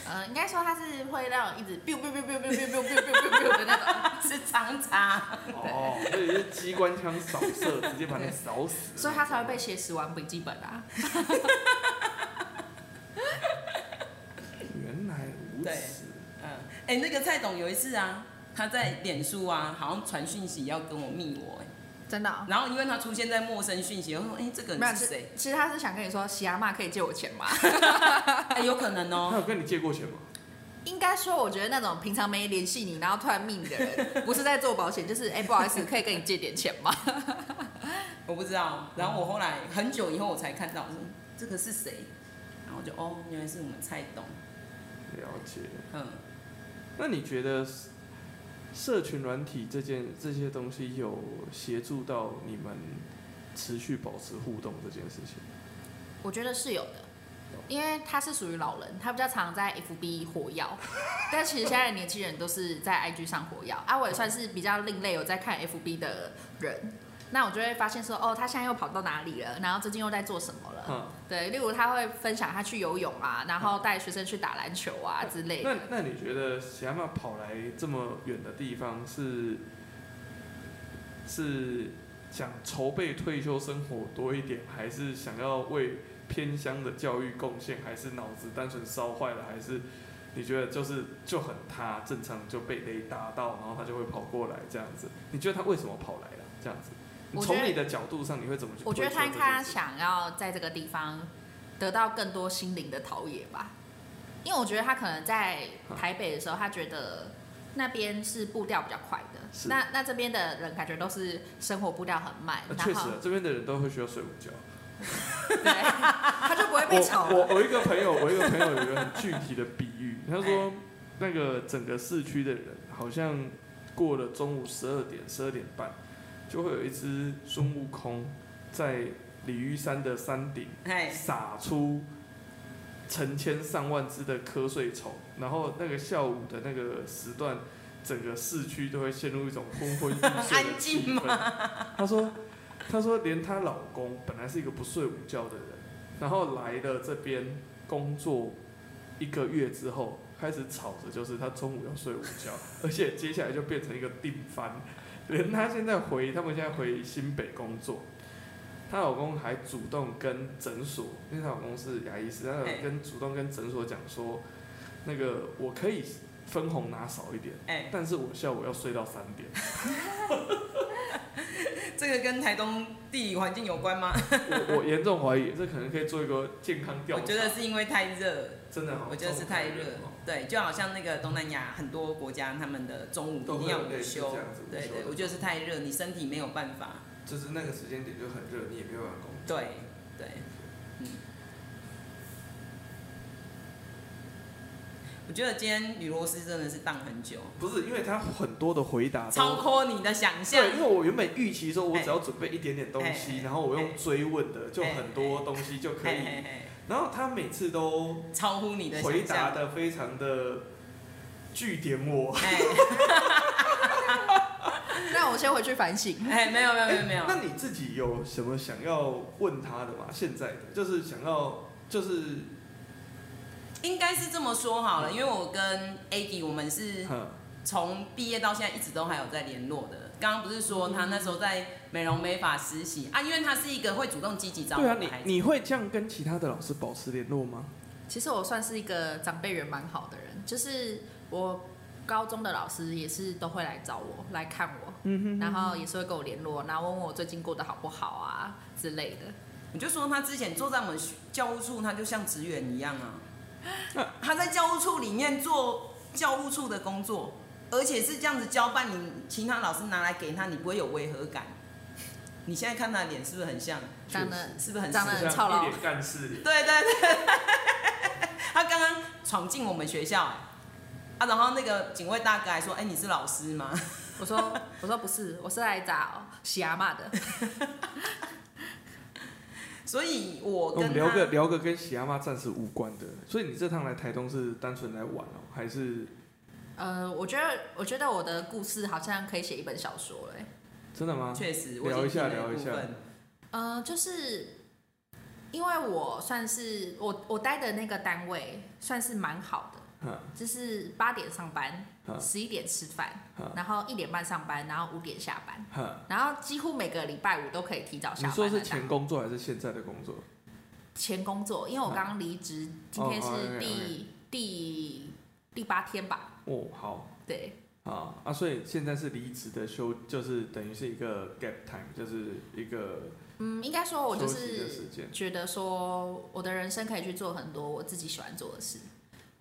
Speaker 3: 呃，应该说他是会让我一直 biu biu biu biu biu biu biu biu biu biu biu 的那种，
Speaker 2: 是长茶。
Speaker 1: 哦，所以是机关枪扫射，直接把你扫死，
Speaker 3: 所以他才会被写死亡笔记本啊。
Speaker 1: 原来如
Speaker 2: 对
Speaker 1: 此，
Speaker 2: 嗯，哎、那个蔡董有一次啊，他在脸书啊，好像传讯息要跟我密我、哎
Speaker 3: 真的哦、
Speaker 2: 然后因为他出现在陌生讯息，我说，哎、这个
Speaker 3: 没有
Speaker 2: 人是谁？
Speaker 3: 其实他是想跟你说，喜阿妈可以借我钱吗？
Speaker 2: 哎、有可能
Speaker 1: 他
Speaker 2: 哦、
Speaker 1: 有跟你借过钱吗？
Speaker 3: 应该说，我觉得那种平常没联系你，然后突然命的人，不是在做保险，就是哎、不好意思，可以跟你借点钱吗？
Speaker 2: 我不知
Speaker 1: 嗯
Speaker 2: 道。然后我后来很久以后我才看到，我说这个是谁？然后我就哦，原来是我们蔡董。
Speaker 1: 了解。
Speaker 2: 嗯，
Speaker 1: 那你觉得社群软体这件这些东西有协助到你们持续保持互动这件事情？
Speaker 3: 我觉得是有的，因为他是属于老人，他比较常在 FB 火药， 但其实现在的年轻人都是在 IG 上火药。啊，我也算是比较另类，有在看 FB 的人，那我就会发现说，哦，他现在又跑到哪里了，然后最近又在做什么了。
Speaker 1: 哈、
Speaker 3: 对，例如他会分享他去游泳啊，然后带学生去打篮球啊之类的。
Speaker 1: 那那你觉得喜阿玛跑来这么远的地方是是想筹备退休生活多一点，还是想要为偏乡的教育贡献，还是脑子单纯烧坏了，还是？你觉得就是就很他正常就被雷打到，然后他就会跑过来这样子。你觉得他为什么跑来了？这样子，你
Speaker 3: 我觉得
Speaker 1: 从你的角度上你会怎么去
Speaker 3: 我
Speaker 1: 推
Speaker 3: 觉
Speaker 1: 测
Speaker 3: 得
Speaker 1: 这件事？
Speaker 3: 他应该想要在这个地方得到更多心灵的陶冶吧，因为我觉得他可能在台北的时候，他觉得那边是步调比较快的，
Speaker 1: 是
Speaker 3: 那那这边的人感觉都是生活步调很慢，
Speaker 1: 呃
Speaker 3: 然
Speaker 1: 确
Speaker 3: 后
Speaker 1: 实，这边的人都会需要睡午觉。
Speaker 3: 对，他就不会被吵
Speaker 1: 我
Speaker 3: 了。
Speaker 1: 我我一个朋友，我一个朋友有一个很具体的比喻，他说那个整个市区的人好像过了中午十二点、十二点半，就会有一只孙悟空在鲤鱼山的山顶
Speaker 2: 哎，
Speaker 1: 撒出成千上万只的瞌睡虫，然后那个下午的那个时段，整个市区都会陷入一种昏昏欲睡的
Speaker 2: 安静
Speaker 1: 气氛。他说，他说连她老公本来是一个不睡午觉的人，然后来了这边工作一个月之后。开始吵着，就是他中午要睡午觉，而且接下来就变成一个定番。连他现在回，他们现在回新北工作，她老公还主动跟诊所，因为她老公是牙医师，她有
Speaker 2: 哎
Speaker 1: 跟主动跟诊所讲说，那个我可以分红拿少一点，
Speaker 2: 哎、
Speaker 1: 但是我下午要睡到三 点，
Speaker 2: 这个跟台东地理环境有关吗？
Speaker 1: 我我严重怀疑这可能可以做一个健康调
Speaker 2: 我
Speaker 1: 查，
Speaker 2: 觉得是因为太热，
Speaker 1: 真的好，
Speaker 2: 我觉得是太热
Speaker 1: 哦。
Speaker 2: 对，就好像那个东南亚很多国家，他们的中午
Speaker 1: 都
Speaker 2: 一
Speaker 1: 会
Speaker 2: 定要
Speaker 1: 有类
Speaker 2: 午
Speaker 1: 似这
Speaker 2: 休。
Speaker 1: 样子午休的
Speaker 2: 对对，我觉得是太热，你身体没有办法。
Speaker 1: 就是那个时间点就很热，你也没有办法工作。
Speaker 2: 对对，嗯。我觉得今天女螺丝真的是荡很久，
Speaker 1: 不是因为他很多的回答都
Speaker 2: 超脱你的想象
Speaker 1: 对，。因为我原本预期说，我
Speaker 2: 哎
Speaker 1: 只要准备一点点东
Speaker 2: 哎
Speaker 1: 西，
Speaker 2: 哎
Speaker 1: 然后我用追问的，就
Speaker 2: 哎
Speaker 1: 很多东西就可
Speaker 2: 嘿
Speaker 1: 以。
Speaker 2: 嘿嘿，
Speaker 1: 然后他每次都
Speaker 2: 超乎你的
Speaker 1: 回
Speaker 2: 想
Speaker 1: 答
Speaker 2: 象。
Speaker 1: 的非常的据点我。
Speaker 2: 哎
Speaker 3: 那我先回去反省。
Speaker 2: 哎，没有没有没有没有
Speaker 1: 哎，那你自己有什么想要问他的吗？现在的就是想要就是
Speaker 2: 应该是这么说好了，因为我跟 Aggy 我们是
Speaker 1: 哼
Speaker 2: 从毕业到现在一直都还有在联络的。刚刚不是说他那时候在美容美发实习啊？因为他是一个会主动积极找我
Speaker 1: 对啊，
Speaker 2: 的
Speaker 1: 你
Speaker 2: 孩子。
Speaker 1: 你会这样跟其他的老师保持联络吗？
Speaker 3: 其实我算是一个长辈缘蛮好的人，就是我高中的老师也是都会来找我来看我，
Speaker 1: 嗯
Speaker 3: 然后也是会跟我联络，然后问问我最近过得好不好啊之类的。
Speaker 2: 我就说他之前坐在我们教务处，他就像职员一样啊。他在教务处里面做教务处的工作，而且是这样子交办你，其他老师拿来给他，你不会有违和感。你现在看他的脸是不是很像？
Speaker 3: 长得
Speaker 2: 是不是很
Speaker 3: 长
Speaker 2: 像
Speaker 3: 得？
Speaker 1: 就
Speaker 3: 操
Speaker 1: 像
Speaker 3: 劳
Speaker 1: 一脸干事脸。
Speaker 2: 对对对， 他刚刚闯进我们学校、哎啊，然后那个警卫大哥还说：“哎、你是老师吗
Speaker 3: 我说我说不是，我是来找喜阿妈的。？”
Speaker 2: 所以我
Speaker 1: 我
Speaker 2: 跟
Speaker 1: 们
Speaker 2: 他
Speaker 1: 聊个聊个跟喜阿妈暂时无关的，所以你这趟来台东是单纯来玩哦，还是
Speaker 3: 呃，我觉得我觉得我的故事好像可以写一本小说欸嘞、
Speaker 1: 真的吗？
Speaker 2: 确实，我已
Speaker 1: 聊一
Speaker 2: 经
Speaker 1: 下
Speaker 2: 听了
Speaker 1: 聊一
Speaker 2: 部
Speaker 1: 下
Speaker 2: 分
Speaker 3: 呃，就是因为我算是我我待的那个单位算是蛮好的，
Speaker 1: 嗯
Speaker 3: 就是八点上班，
Speaker 1: 嗯
Speaker 3: 十一点吃饭
Speaker 1: 嗯，
Speaker 3: 然后一点半上班，然后五点下班，
Speaker 1: 哈，
Speaker 3: 然后几乎每个礼拜五都可以提早下
Speaker 1: 你
Speaker 3: 班。
Speaker 1: 说是
Speaker 3: 来打
Speaker 1: 前工作还是现在的工作？
Speaker 3: 前工作，因为我刚刚离职，今天
Speaker 1: 哦哦
Speaker 3: 是第、
Speaker 1: OK，OK
Speaker 3: 第第八天吧？
Speaker 1: 哦，好
Speaker 3: 对，
Speaker 1: 啊啊，所以现在是离职的休，就是等于是一个 gap time，就是一个
Speaker 3: 嗯，应该说我
Speaker 1: 休
Speaker 3: 就
Speaker 1: 息的
Speaker 3: 是
Speaker 1: 时间。
Speaker 3: 觉得说我的人生可以去做很多我自己喜欢做的事。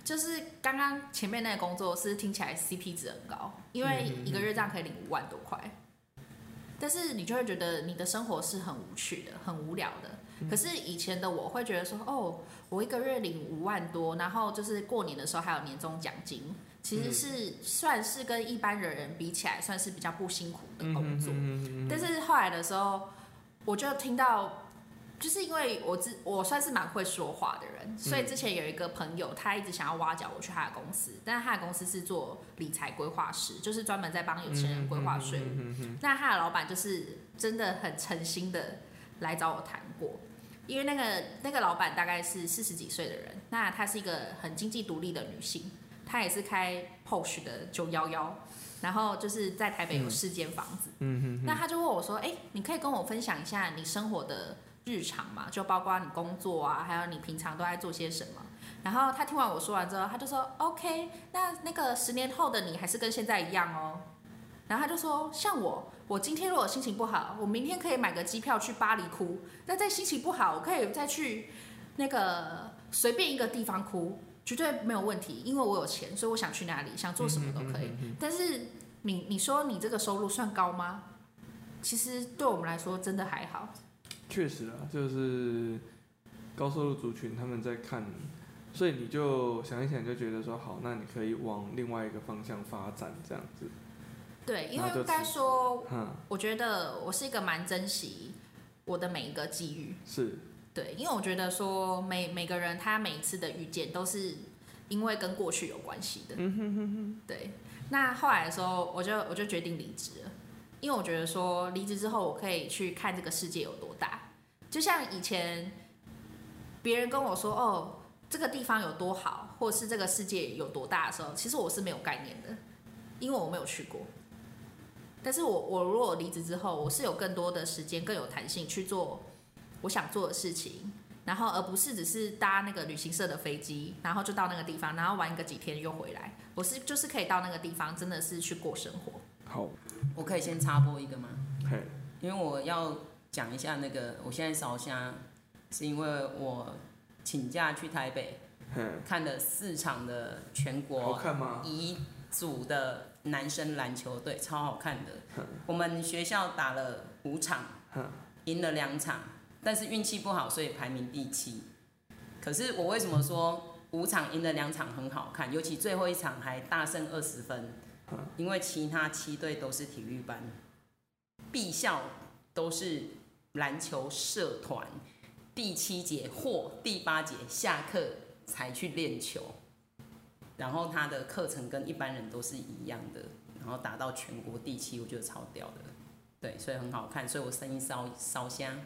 Speaker 3: 就是刚刚前面那个工作是听起来 CP 值很高，因为
Speaker 1: 嗯嗯嗯
Speaker 3: 一个月这样可以领五万多块，但是你就会觉得你的生活是很无趣的、很无聊的。
Speaker 1: 嗯
Speaker 3: 可是以前的我会觉得说，哦，我一个月领五万多，然后就是过年的时候还有年终奖金，其
Speaker 1: 嗯
Speaker 3: 实是算是跟一般的人比起来，算是比较不辛苦的工作。
Speaker 1: 嗯
Speaker 3: 但是后来的时候，我就听到，就是因为我自我算是蛮会说话的人，所以之前有一个朋友，他一直想要挖角我去他的公司，但是他的公司是做理财规划师，就是专门在帮有钱人规划
Speaker 1: 嗯
Speaker 3: 税务。
Speaker 1: 务。
Speaker 3: 那他的老板就是真的很诚心的来找我谈过，因为那个那个老板大概是四十几岁的人，那她是一个很经济独立的女性，她也是开 POSH 的九幺幺，然后就是在台北有四间房子。
Speaker 1: 嗯
Speaker 3: 那他就问我说：“哎、你可以跟我分享一下你生活的日常嘛？就包括你工作啊，还有你平常都在做些什么。”然后他听完我说完之后，他就说：“OK，那那个十年后的你还是跟现在一样哦。”然后他就说：“像我，我今天如果心情不好，我明天可以买个机票去巴黎哭；那再心情不好，我可以再去那个随便一个地方哭，绝对没有问题，因为我有钱，所以我想去哪里，想做什么都可以。但是你你说你这个收入算高吗？其实对我们来说真的还好。
Speaker 1: 确实啊，就是高收入族群他们在看，所以你就想一想，就觉得说好，那你可以往另外一个方向发展这样子。
Speaker 3: 对，因
Speaker 1: 然
Speaker 3: 为
Speaker 1: 后就
Speaker 3: 应该
Speaker 1: 是
Speaker 3: 说，
Speaker 1: 哈，
Speaker 3: 我觉得我是一个蛮珍惜我的每一个机遇。
Speaker 1: 是
Speaker 3: 对，因为我觉得说每每个人他每一次的遇见都是因为跟过去有关系的。对，那后来的时候，我就我就决定离职了，因为我觉得说离职之后，我可以去看这个世界有多大。就像以前别人跟我说哦这个地方有多好，或者是这个世界有多大的时候，其实我是没有概念的，因为我没有去过。但是我我如果离职之后，我是有更多的时间，更有弹性去做我想做的事情，然后而不是只是搭那个旅行社的飞机，然后就到那个地方，然后玩个几天又回来。我是就是可以到那个地方，真的是去过生活。
Speaker 1: 好，
Speaker 2: 我可以先插播一个吗？
Speaker 1: 嘿，
Speaker 2: 因为我要讲一下那个，我现在烧虾是因为我请假去台北
Speaker 1: 嘿，
Speaker 2: 看了四场的
Speaker 1: 好
Speaker 2: 全国
Speaker 1: 看吗？
Speaker 2: 乙组的男生篮球队，超好 看的。我们学校打了五场
Speaker 1: 哼，
Speaker 2: 赢了两场，但是运气不好，所以排名第七。可是我为什么说五场赢了两场很好看？尤其最后一场还大胜二十分
Speaker 1: 嗯，
Speaker 2: 因为其他七队都是体育班，必校都是篮球社团，第七节或第八节下课才去练球。然后他的课程跟一般人都是一样的，然后打到全国第七，我觉得超屌的，对，所以很好看，所以我声音烧烧香，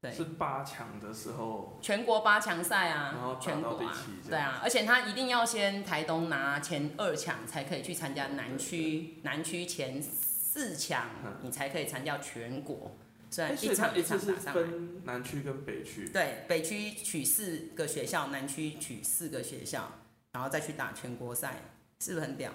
Speaker 2: 对
Speaker 1: 是，八强的时候，
Speaker 2: 全国八强赛
Speaker 1: 然后
Speaker 2: 啊，
Speaker 1: 打
Speaker 2: 全
Speaker 1: 到
Speaker 2: 国
Speaker 1: 第
Speaker 2: 啊
Speaker 1: 七，这
Speaker 2: 对
Speaker 1: 样
Speaker 2: 啊，而且他一定要先台东拿前二强，才可以去参加南区，南区前四强
Speaker 1: 嗯，
Speaker 2: 你才可以参加全国，虽然
Speaker 1: 哎所
Speaker 2: 一
Speaker 1: 以它
Speaker 2: 场一
Speaker 1: 一
Speaker 2: 场
Speaker 1: 次是
Speaker 2: 打上来。
Speaker 1: 分南区跟北区，
Speaker 2: 对，北区取四个学校，南区取四个学校，然后再去打全国赛，是不是很屌？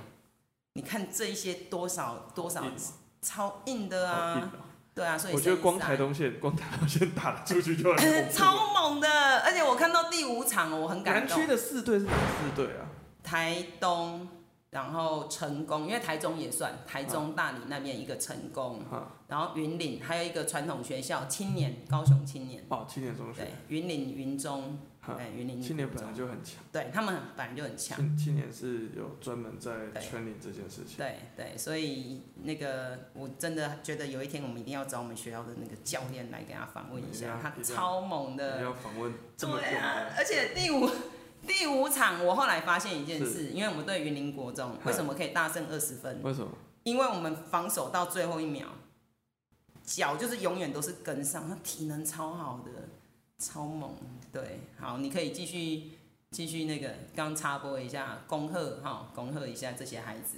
Speaker 2: 你看这一些多少多少
Speaker 1: 好硬哦
Speaker 2: 超硬的
Speaker 1: 好硬
Speaker 2: 啊，
Speaker 1: 哦
Speaker 2: 对啊，所以
Speaker 1: 我觉得
Speaker 2: 谁
Speaker 1: 光
Speaker 2: 上
Speaker 1: 台东线， 光台东线打得出去就很恐怖。
Speaker 2: 超猛的，而且我看到第五场我很感
Speaker 1: 南
Speaker 2: 动
Speaker 1: 区，的四队是哪四队啊？
Speaker 2: 台东，然后成功，因为台中也算，台中大理那边一个成功，
Speaker 1: 啊，
Speaker 2: 然后云岭还有一个传统学校青年，高雄青年，
Speaker 1: 哦，青年中
Speaker 2: 对
Speaker 1: 学，，
Speaker 2: 云岭云中，
Speaker 1: 哈
Speaker 2: 哎，云岭
Speaker 1: 青年本
Speaker 2: 云
Speaker 1: 来
Speaker 2: 中
Speaker 1: 就很强，
Speaker 2: 对他们很本来就很强。
Speaker 1: 青青年是有专门在
Speaker 2: 对
Speaker 1: 圈里这件事情。
Speaker 2: 对对，所以那个我真的觉得有一天我们一定要找我们学校的那个教练来给他访问一
Speaker 1: 一定
Speaker 2: 下
Speaker 1: 要，
Speaker 2: 他
Speaker 1: 一定要
Speaker 2: 超猛
Speaker 1: 你
Speaker 2: 的。
Speaker 1: 要访问这么
Speaker 2: 呃对
Speaker 1: 久
Speaker 2: 啊，
Speaker 1: 的，
Speaker 2: 而且第五 第五场我后来发现一件
Speaker 1: 是
Speaker 2: 事，因为我们对云林国中
Speaker 1: 嗨
Speaker 2: 为什么可以大胜二十分？
Speaker 1: 为什么？
Speaker 2: 因为我们防守到最后一秒，脚就是永远都是跟上，他体能超好的，超猛。对，好，你可以继续继续那个刚插播一下，恭贺哈，恭贺一下这些孩子。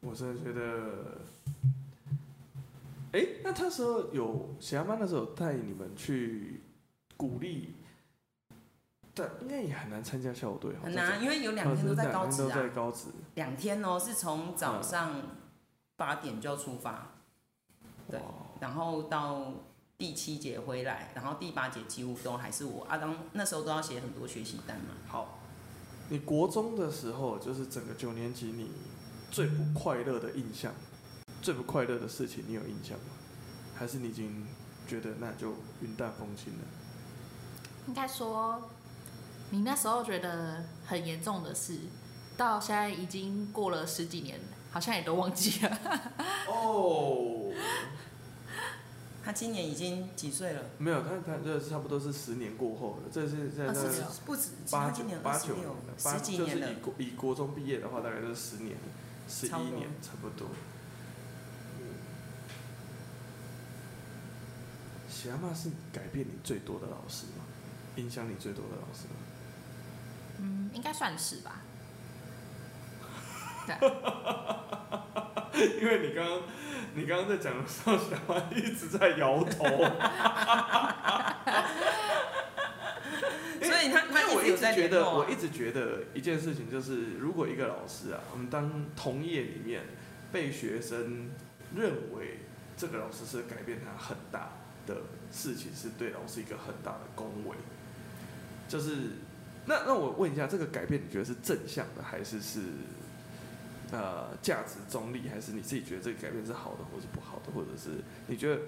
Speaker 1: 我真的觉得，哎、那他时候有小班的时候带你们去鼓励，但应该也很难参加校队哦，
Speaker 2: 很
Speaker 1: 这
Speaker 2: 难，
Speaker 1: 种，
Speaker 2: 因为有两天都在高
Speaker 1: 哦
Speaker 2: 职
Speaker 1: 真的两天
Speaker 2: 啊
Speaker 1: 都在，高职，
Speaker 2: 两天哦，是从早上八点就要出发，对
Speaker 1: 哇
Speaker 2: 然后到第七节回来，然后第八节几乎都还是我啊，当那时候都要写很多学习单嘛，
Speaker 1: 好，你国中的时候，就是整个九年级，你最不快乐的印象，最不快乐的事情，你有印象吗？还是你已经觉得那就云淡风轻了？
Speaker 3: 应该说，你那时候觉得很严重的事，到现在已经过了十几年，好像也都忘记了。
Speaker 1: 哦，
Speaker 2: 他今年已经几岁了？
Speaker 1: 没有，他他这差不多是十年过后了，这是在
Speaker 3: 二十
Speaker 1: 在
Speaker 3: 六
Speaker 2: 不止，
Speaker 1: 啊八
Speaker 2: 他
Speaker 1: 九
Speaker 2: 今年
Speaker 1: 八
Speaker 2: 二十
Speaker 1: 九年
Speaker 2: 六
Speaker 1: 了，，八
Speaker 2: 十几年了
Speaker 1: 就是以。国以国中毕业的话，大概就是十年，十一
Speaker 2: 差不多
Speaker 1: 年差不多。嗯喜阿妈是改变你最多的老师吗？影响你最多的老师吗？
Speaker 3: 嗯，应该算是吧。
Speaker 1: 因为你刚刚你刚刚在讲的时候，小安一直在摇头。
Speaker 2: 所以他他
Speaker 1: 因为我一
Speaker 2: 一直有
Speaker 1: 直
Speaker 2: 在
Speaker 1: 觉
Speaker 2: 联
Speaker 1: 得，
Speaker 2: 络啊
Speaker 1: 我一直觉得一件事情就是，如果一个老师啊，我们当同业里面被学生认为这个老师是改变他很大的事情，是对老师一个很大的恭维。就是那那我问一下，这个改变你觉得是正向的，还是是呃价值中立，还是你自己觉得这个改变是好的，或是不好的，或者是你觉得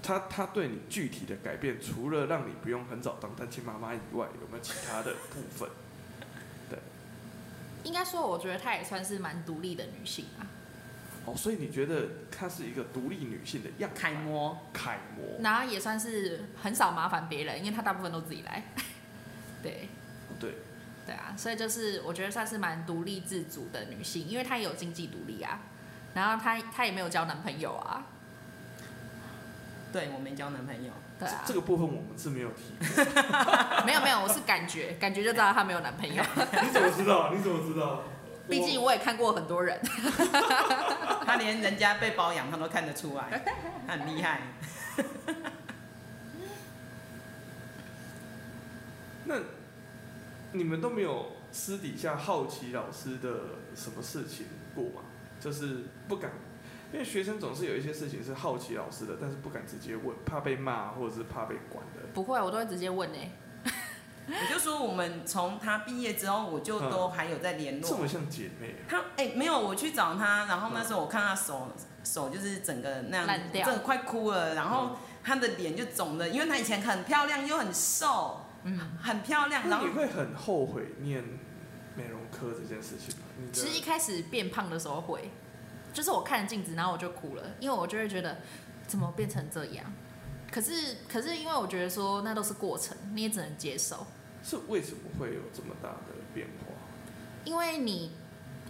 Speaker 1: 他他对你具体的改变，除了让你不用很早当单亲妈妈以外，有没有其他的部分？
Speaker 3: 应该说，我觉得她也算是蛮独立的女性啊。
Speaker 1: 哦，所以你觉得她是一个独立女性的样 板
Speaker 2: 楷模，
Speaker 1: 楷模？
Speaker 3: 然后也算是很少麻烦别人，因为他大部分都自己来。 对
Speaker 1: 对，
Speaker 3: 对啊，所以就是我觉得算是蛮独立自主的女性，因为她也有经济独立啊，然后她她也没有交男朋友啊，
Speaker 2: 对我没交男朋友，
Speaker 3: 对啊，
Speaker 1: 这个部分我们是没有提过。
Speaker 3: 没有没有，我是感觉感觉就知道她没有男朋 友，
Speaker 1: 你怎么知道？你怎么知道？
Speaker 3: 毕竟我也看过很多人，
Speaker 2: 他连人家 被包养他都看得出来，他很厉害。
Speaker 1: 你们都没有私底下好奇老师的什么事情过吗？就是不敢，因为学生总是有一些事情是好奇老师的，但是不敢直接问，怕被骂或者是怕被管的。
Speaker 3: 不会，我都会直接问欸诶、
Speaker 2: 我就说我们从他毕业之后，我就都还有在联
Speaker 1: 这
Speaker 2: 络。
Speaker 1: 么像姐妹啊，
Speaker 2: 他哎、没有，我去找他，然后那时候我看他手手就是整个那样
Speaker 3: 烂掉
Speaker 2: 真的快哭了，然后他的脸就肿了，因为他以前很漂亮又很瘦，
Speaker 3: 嗯，
Speaker 2: 很漂亮，然
Speaker 1: 那
Speaker 2: 后
Speaker 1: 你会很后悔念美容科这件事情吗？你的
Speaker 3: 其实一开始变胖的时候会，就是我看镜子，然后我就哭了，因为我就会觉得怎么变成这样。可是，可是因为我觉得说那都是过程，你也只能接受，
Speaker 1: 是为什么会有这么大的变化？
Speaker 3: 因为你，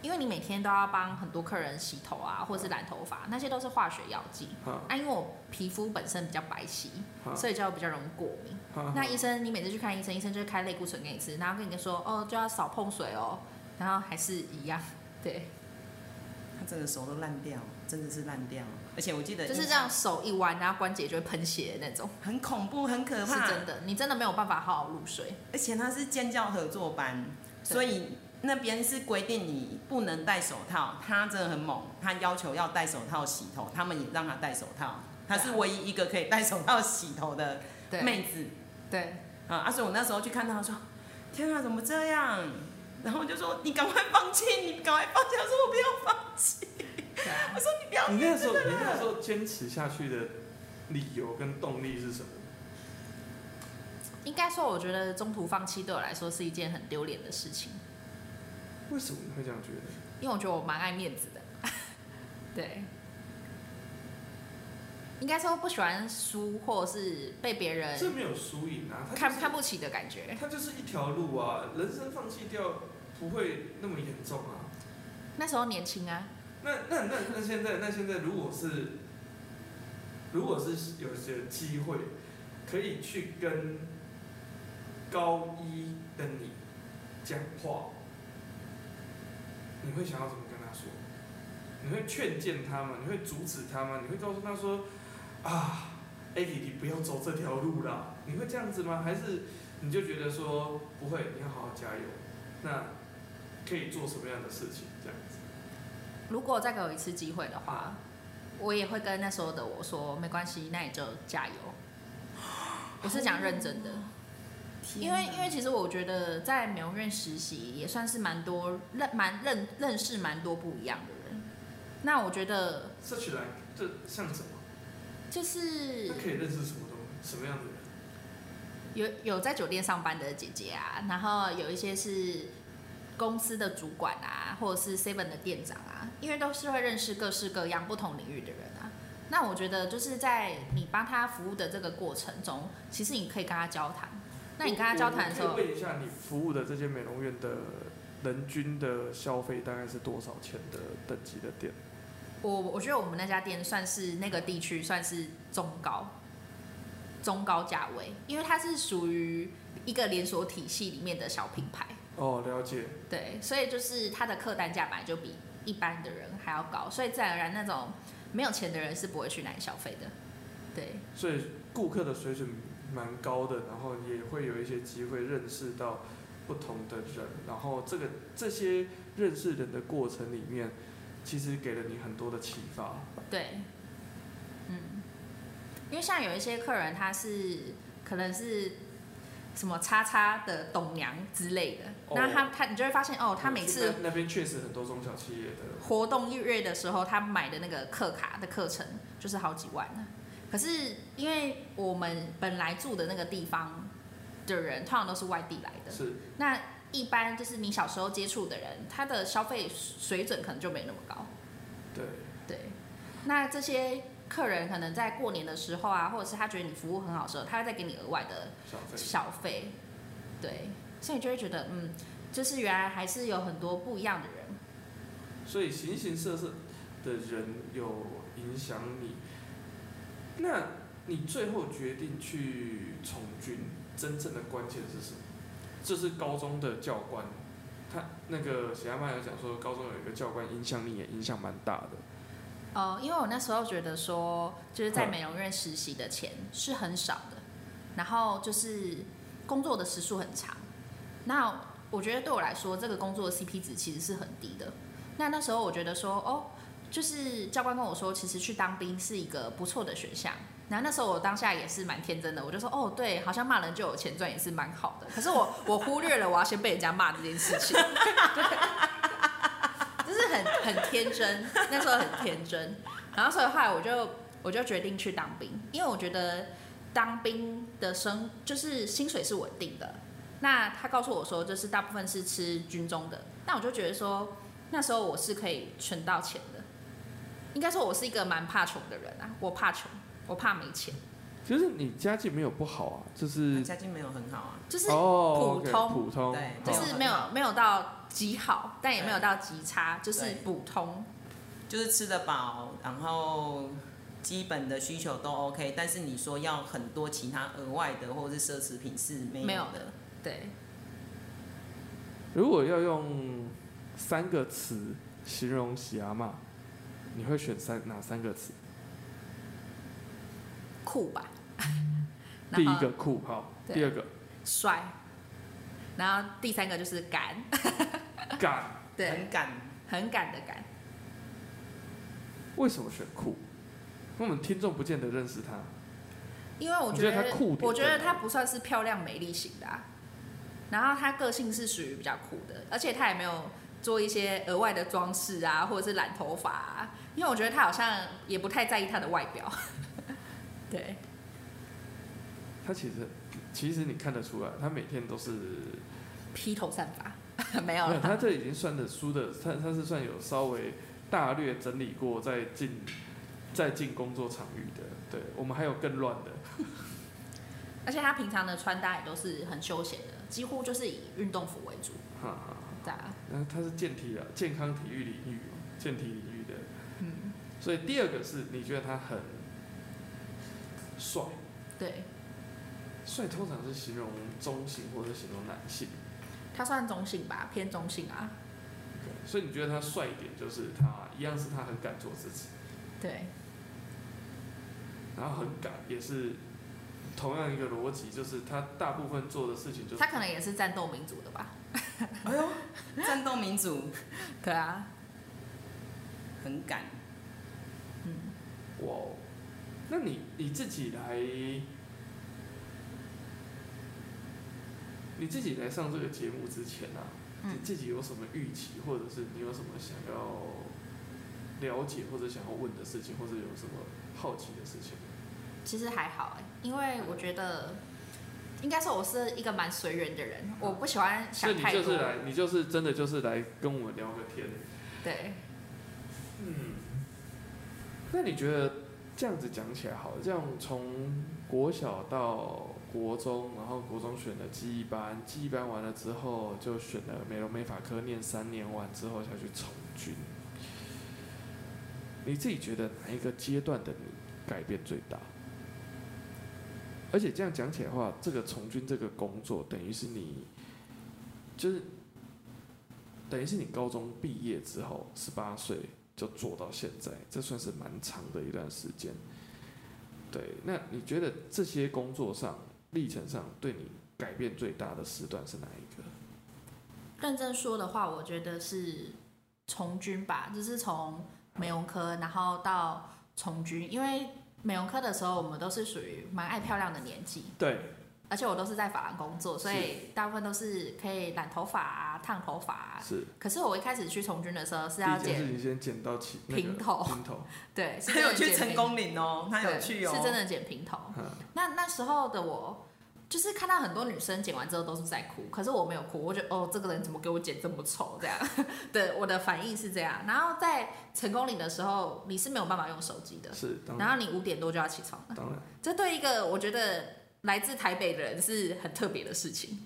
Speaker 3: 因为你每天都要帮很多客人洗头
Speaker 2: 嗯
Speaker 3: 啊，或是染头发，那些都是化学药剂。
Speaker 1: 哈
Speaker 3: 啊，因为我皮肤本身比较白皙，
Speaker 2: 嗯
Speaker 1: 哈
Speaker 3: 所以就比较容易过敏。
Speaker 1: 哈，
Speaker 3: 那医生，你每次去看医生，医生就会开类固醇给你吃，然后跟你说哦，就要少碰水哦，然后还是一样，对，
Speaker 2: 他整个手都烂掉，真的是烂掉，而且我记得
Speaker 3: 就是
Speaker 2: 印
Speaker 3: 这
Speaker 2: 象
Speaker 3: 样，手一弯，然后关节就会喷血的那种，
Speaker 2: 很恐怖，很可
Speaker 3: 是
Speaker 2: 怕，
Speaker 3: 真的，你真的没有办法好好入睡。
Speaker 2: 而且他是尖教合作班，
Speaker 3: 对
Speaker 2: 所以那边是规定你不能戴手套。他真的很猛，他要求要戴手套洗头，他们也让他戴手套。他是唯一一个可以戴手套洗头的
Speaker 3: 啊对，
Speaker 2: 妹子
Speaker 3: 对，
Speaker 2: 啊！啊，所以我那时候去看到，我说：“天啊，怎么这样？”然后我就说：“你赶快放弃，你赶快放弃。”我说：“我不要放弃。
Speaker 3: 对啊”
Speaker 2: 我说：“你不要。”
Speaker 1: 你那时候你那时候坚持下去的理由跟动力是什么？
Speaker 3: 应该说，我觉得中途放弃对我来说是一件很丢脸的事情，
Speaker 1: 为什么你会这样觉得？
Speaker 3: 因为我觉得我蛮爱面子的，对。应该说不喜欢输，或者是被别
Speaker 1: 这
Speaker 3: 人
Speaker 1: 没有输赢啊，它
Speaker 3: 看
Speaker 1: 就是
Speaker 3: 看不起的感觉。
Speaker 1: 它就是一条路啊，人生放弃掉不会那么严重啊。
Speaker 3: 那时候年轻啊，
Speaker 1: 那那那那现在那现在如果是，如果是有些机会，可以去跟高一的你讲话，你会想要怎么跟他说？你会劝谏他吗？你会阻止他吗？你会告诉他说啊，艾迪，你不要走这条路啦？你会这样子吗？还是你就觉得说不会，你要好好加油？那可以做什么样的事情？这样子？
Speaker 3: 如果再给我一次机会的话，我也会跟那时候的我说，没关系，那你就加油。我是讲认真的，
Speaker 2: 哦
Speaker 3: 因为因为其实我觉得在美容院实习也算是蛮多认蛮认认识蛮多不一样的人。那我觉得
Speaker 1: 这起来这像什么？
Speaker 3: 就是
Speaker 1: 他可以认识什么东西？什么样的人？
Speaker 3: 有有在酒店上班的姐姐啊，然后有一些是公司的主管啊，或者是 Seven 的店长啊，因为都是会认识各式各样不同领域的人啊。那我觉得就是在你帮他服务的这个过程中，其实你可以跟他交谈。那你跟他交谈的时
Speaker 1: 我
Speaker 3: 候
Speaker 1: 可以，问一下，你服务的这些美容院的呃人均的消费大概是多少钱的等级的店？
Speaker 3: 我我觉得我们那家店算是那个地区算是中高，中高价位，因为它是属于一个连锁体系里面的小品牌。
Speaker 1: 哦，了解。
Speaker 3: 对，所以就是它的客单价本来就比一般的人还要高，所以自然而然那种没有钱的人是不会去那里消费的。对，
Speaker 1: 所以顾客的水准蛮高的，然后也会有一些机会认识到不同的人，然后这个这些认识人的过程里面，其实给了你很多的启发。
Speaker 3: 对，嗯，因为像有一些客人他是可能是什么叉叉的董娘之类的，那他他你就会发现哦，他每次
Speaker 1: 那那边确实很多中小企业的，
Speaker 3: 活动月的时候，他买的那个课卡的课程就是好几万呢。可是因为我们本来住的那个地方的人，通常都是外地来的，
Speaker 1: 是
Speaker 3: 那一般就是你小时候接触的人，他的消费水准可能就没那么高。
Speaker 1: 对。
Speaker 3: 对，那这些客人可能在过年的时候啊，或者是他觉得你服务很好的时候，他会再给你额外的
Speaker 1: 消费
Speaker 3: 小费。对，所以你就会觉得，嗯，就是原来还是有很多不一样的人。
Speaker 1: 所以形形色色的人有影响你。那你最后决定去从军，真正的关键是什么？这是高中的教官，他那个写阿曼有讲说，高中有一个教官影响你也影响蛮大的。
Speaker 3: 呃，因为我那时候觉得说，就是在
Speaker 1: 嗯
Speaker 3: 美容院实习的钱是很少的，然后就是工作的时数很长。那我觉得对我来说，这个工作的 CP 值其实是很低的。那那时候我觉得说，哦，就是教官跟我说，其实去当兵是一个不错的选项。然后那时候我当下也是蛮天真的，我就说，哦，对，好像骂人就有钱赚也是蛮好的。可是我我忽略了我要先被人家骂这件事情，对就是很很天真，那时候很天真。然后所以后来我就我就决定去当兵，因为我觉得当兵的生就是薪水是稳定的。那他告诉我说，就是大部分是吃军中的，那我就觉得说，那时候我是可以存到钱的。应该说，我是一个蛮怕穷的人啊，我怕穷，我怕没钱，
Speaker 1: 其实你家境没有不好啊，就是
Speaker 2: 家境没有很好啊，
Speaker 3: 就是
Speaker 1: 哦
Speaker 3: 普
Speaker 1: OK，
Speaker 3: 通
Speaker 1: 普通，
Speaker 2: 对
Speaker 1: 好
Speaker 3: 就是没有没有到极好，但也没有到极差，就是
Speaker 1: 哎
Speaker 2: 对
Speaker 3: 普通。
Speaker 2: 就是吃得饱，然后基本的需求都 OK，但是你说要很多其他额外的或者是奢侈品是没
Speaker 3: 没有
Speaker 2: 的。
Speaker 3: 对，
Speaker 1: 如果要用三个词形容喜阿妈，你会选三哪三个词？
Speaker 3: 酷吧。
Speaker 1: 第
Speaker 3: 然后
Speaker 1: 一个酷，好；
Speaker 3: 对
Speaker 1: 第二个
Speaker 3: 帅，然后第三个就是 敢，
Speaker 1: 敢。
Speaker 3: 对，
Speaker 2: 很敢，
Speaker 3: 很敢的敢。
Speaker 1: 为什么选酷？因为我们听众不见得认识他，
Speaker 3: 因为我
Speaker 1: 你觉
Speaker 3: 觉
Speaker 1: 得她酷点
Speaker 3: 我觉
Speaker 1: 在
Speaker 3: 得
Speaker 1: 哪
Speaker 3: 她不算是漂亮美丽型的、啊，然后她个性是属于比较酷的，而且她也没有做一些额外的装饰啊，或者是染头发、啊，因为我觉得她好像也不太在意她的外表。 对，
Speaker 1: 他其实其实你看得出来，他每天都是
Speaker 3: 披头散发 没有
Speaker 1: 没有，
Speaker 3: 了，
Speaker 1: 他这已经算的输的，他他是算有稍微大略整理过再进再进工作场域的。对我们还有更乱的，
Speaker 3: 而且她平常的穿搭也都是很休闲的，几乎就是以运动服为主。
Speaker 1: 哈哈。
Speaker 3: 对啊，
Speaker 1: 那他是健体啊，健康体育领域嘛，健体领域的。
Speaker 3: 嗯，
Speaker 1: 所以第二个是你觉得他很帅，
Speaker 3: 对，
Speaker 1: 帅通常是形容中性或者形容男性，
Speaker 3: 她算中性吧，偏中性啊。
Speaker 1: 所以你觉得他帅一点就是他一样是他很敢做自己，
Speaker 3: 对，
Speaker 1: 然后很敢也是同样一个逻辑，就是他大部分做的事情就是
Speaker 3: 她可能也是战斗民族的吧。
Speaker 2: 哎呦，战斗民族，
Speaker 3: 对啊，
Speaker 2: 很敢。
Speaker 3: 嗯，
Speaker 1: 哇哦，那你你自己来，你自己来上这个节目之前啊，
Speaker 3: 嗯
Speaker 1: 你自己有什么预期，或者是你有什么想要了解或者想要问的事情，或者有什么好奇的事情？
Speaker 3: 其实还好哎、因为我觉得应该说我是一个蛮随缘的人，我不喜欢
Speaker 1: 所
Speaker 3: 想
Speaker 1: 以你
Speaker 3: 太
Speaker 1: 就
Speaker 3: 多。
Speaker 1: 是来，你就是真的就是来跟我们聊个天。
Speaker 3: 对，
Speaker 1: 嗯，那你觉得这样子讲起来好了？这样从国小到国中，然后国中选了记忆班，记忆班完了之后就选了美容美发科，念三年完之后才去从军。你自己觉得哪一个阶段的你改变最大？而且这样讲起来的话，这个从军这个工作，等于是你，就是等于是你高中毕业之后，十八岁就做到现在，这算是蛮长的一段时间。对，那你觉得这些工作上历程上对你改变最大的时段是哪一个？
Speaker 3: 认真说的话，我觉得是从军吧，就是从美容科，然后到从军，因为美容科的时候我们都是属于蛮爱漂亮的年纪，
Speaker 1: 对，
Speaker 3: 而且我都是在发廊工作，所以大部分都是可以染头发啊、烫头发啊。
Speaker 1: 是
Speaker 3: 可是我一开始去从军的时候是
Speaker 1: 第
Speaker 3: 要
Speaker 1: 一件
Speaker 3: 剪
Speaker 1: 事情先剪到起那个
Speaker 3: 平头
Speaker 1: 平头，
Speaker 3: 对，是
Speaker 2: 他
Speaker 3: 真
Speaker 2: 有
Speaker 3: 的
Speaker 2: 去
Speaker 3: 剪
Speaker 2: 成
Speaker 3: 平
Speaker 2: 功岭哦，他有
Speaker 3: 对
Speaker 2: 去哦，
Speaker 3: 是真的剪平头。
Speaker 1: 嗯
Speaker 3: 那那时候的我，就是看到很多女生剪完之后都是在哭，可是我没有哭，我觉得哦，这个人怎么给我剪这么丑这样？对，我的反应是这样。然后在成功岭的时候，你是没有办法用手机的，
Speaker 1: 是当
Speaker 2: 嗯
Speaker 3: 然
Speaker 1: 然
Speaker 3: 后你五点多就要起床了，
Speaker 1: 当然，
Speaker 3: 这对一个我觉得来自台北的人是很特别的事情。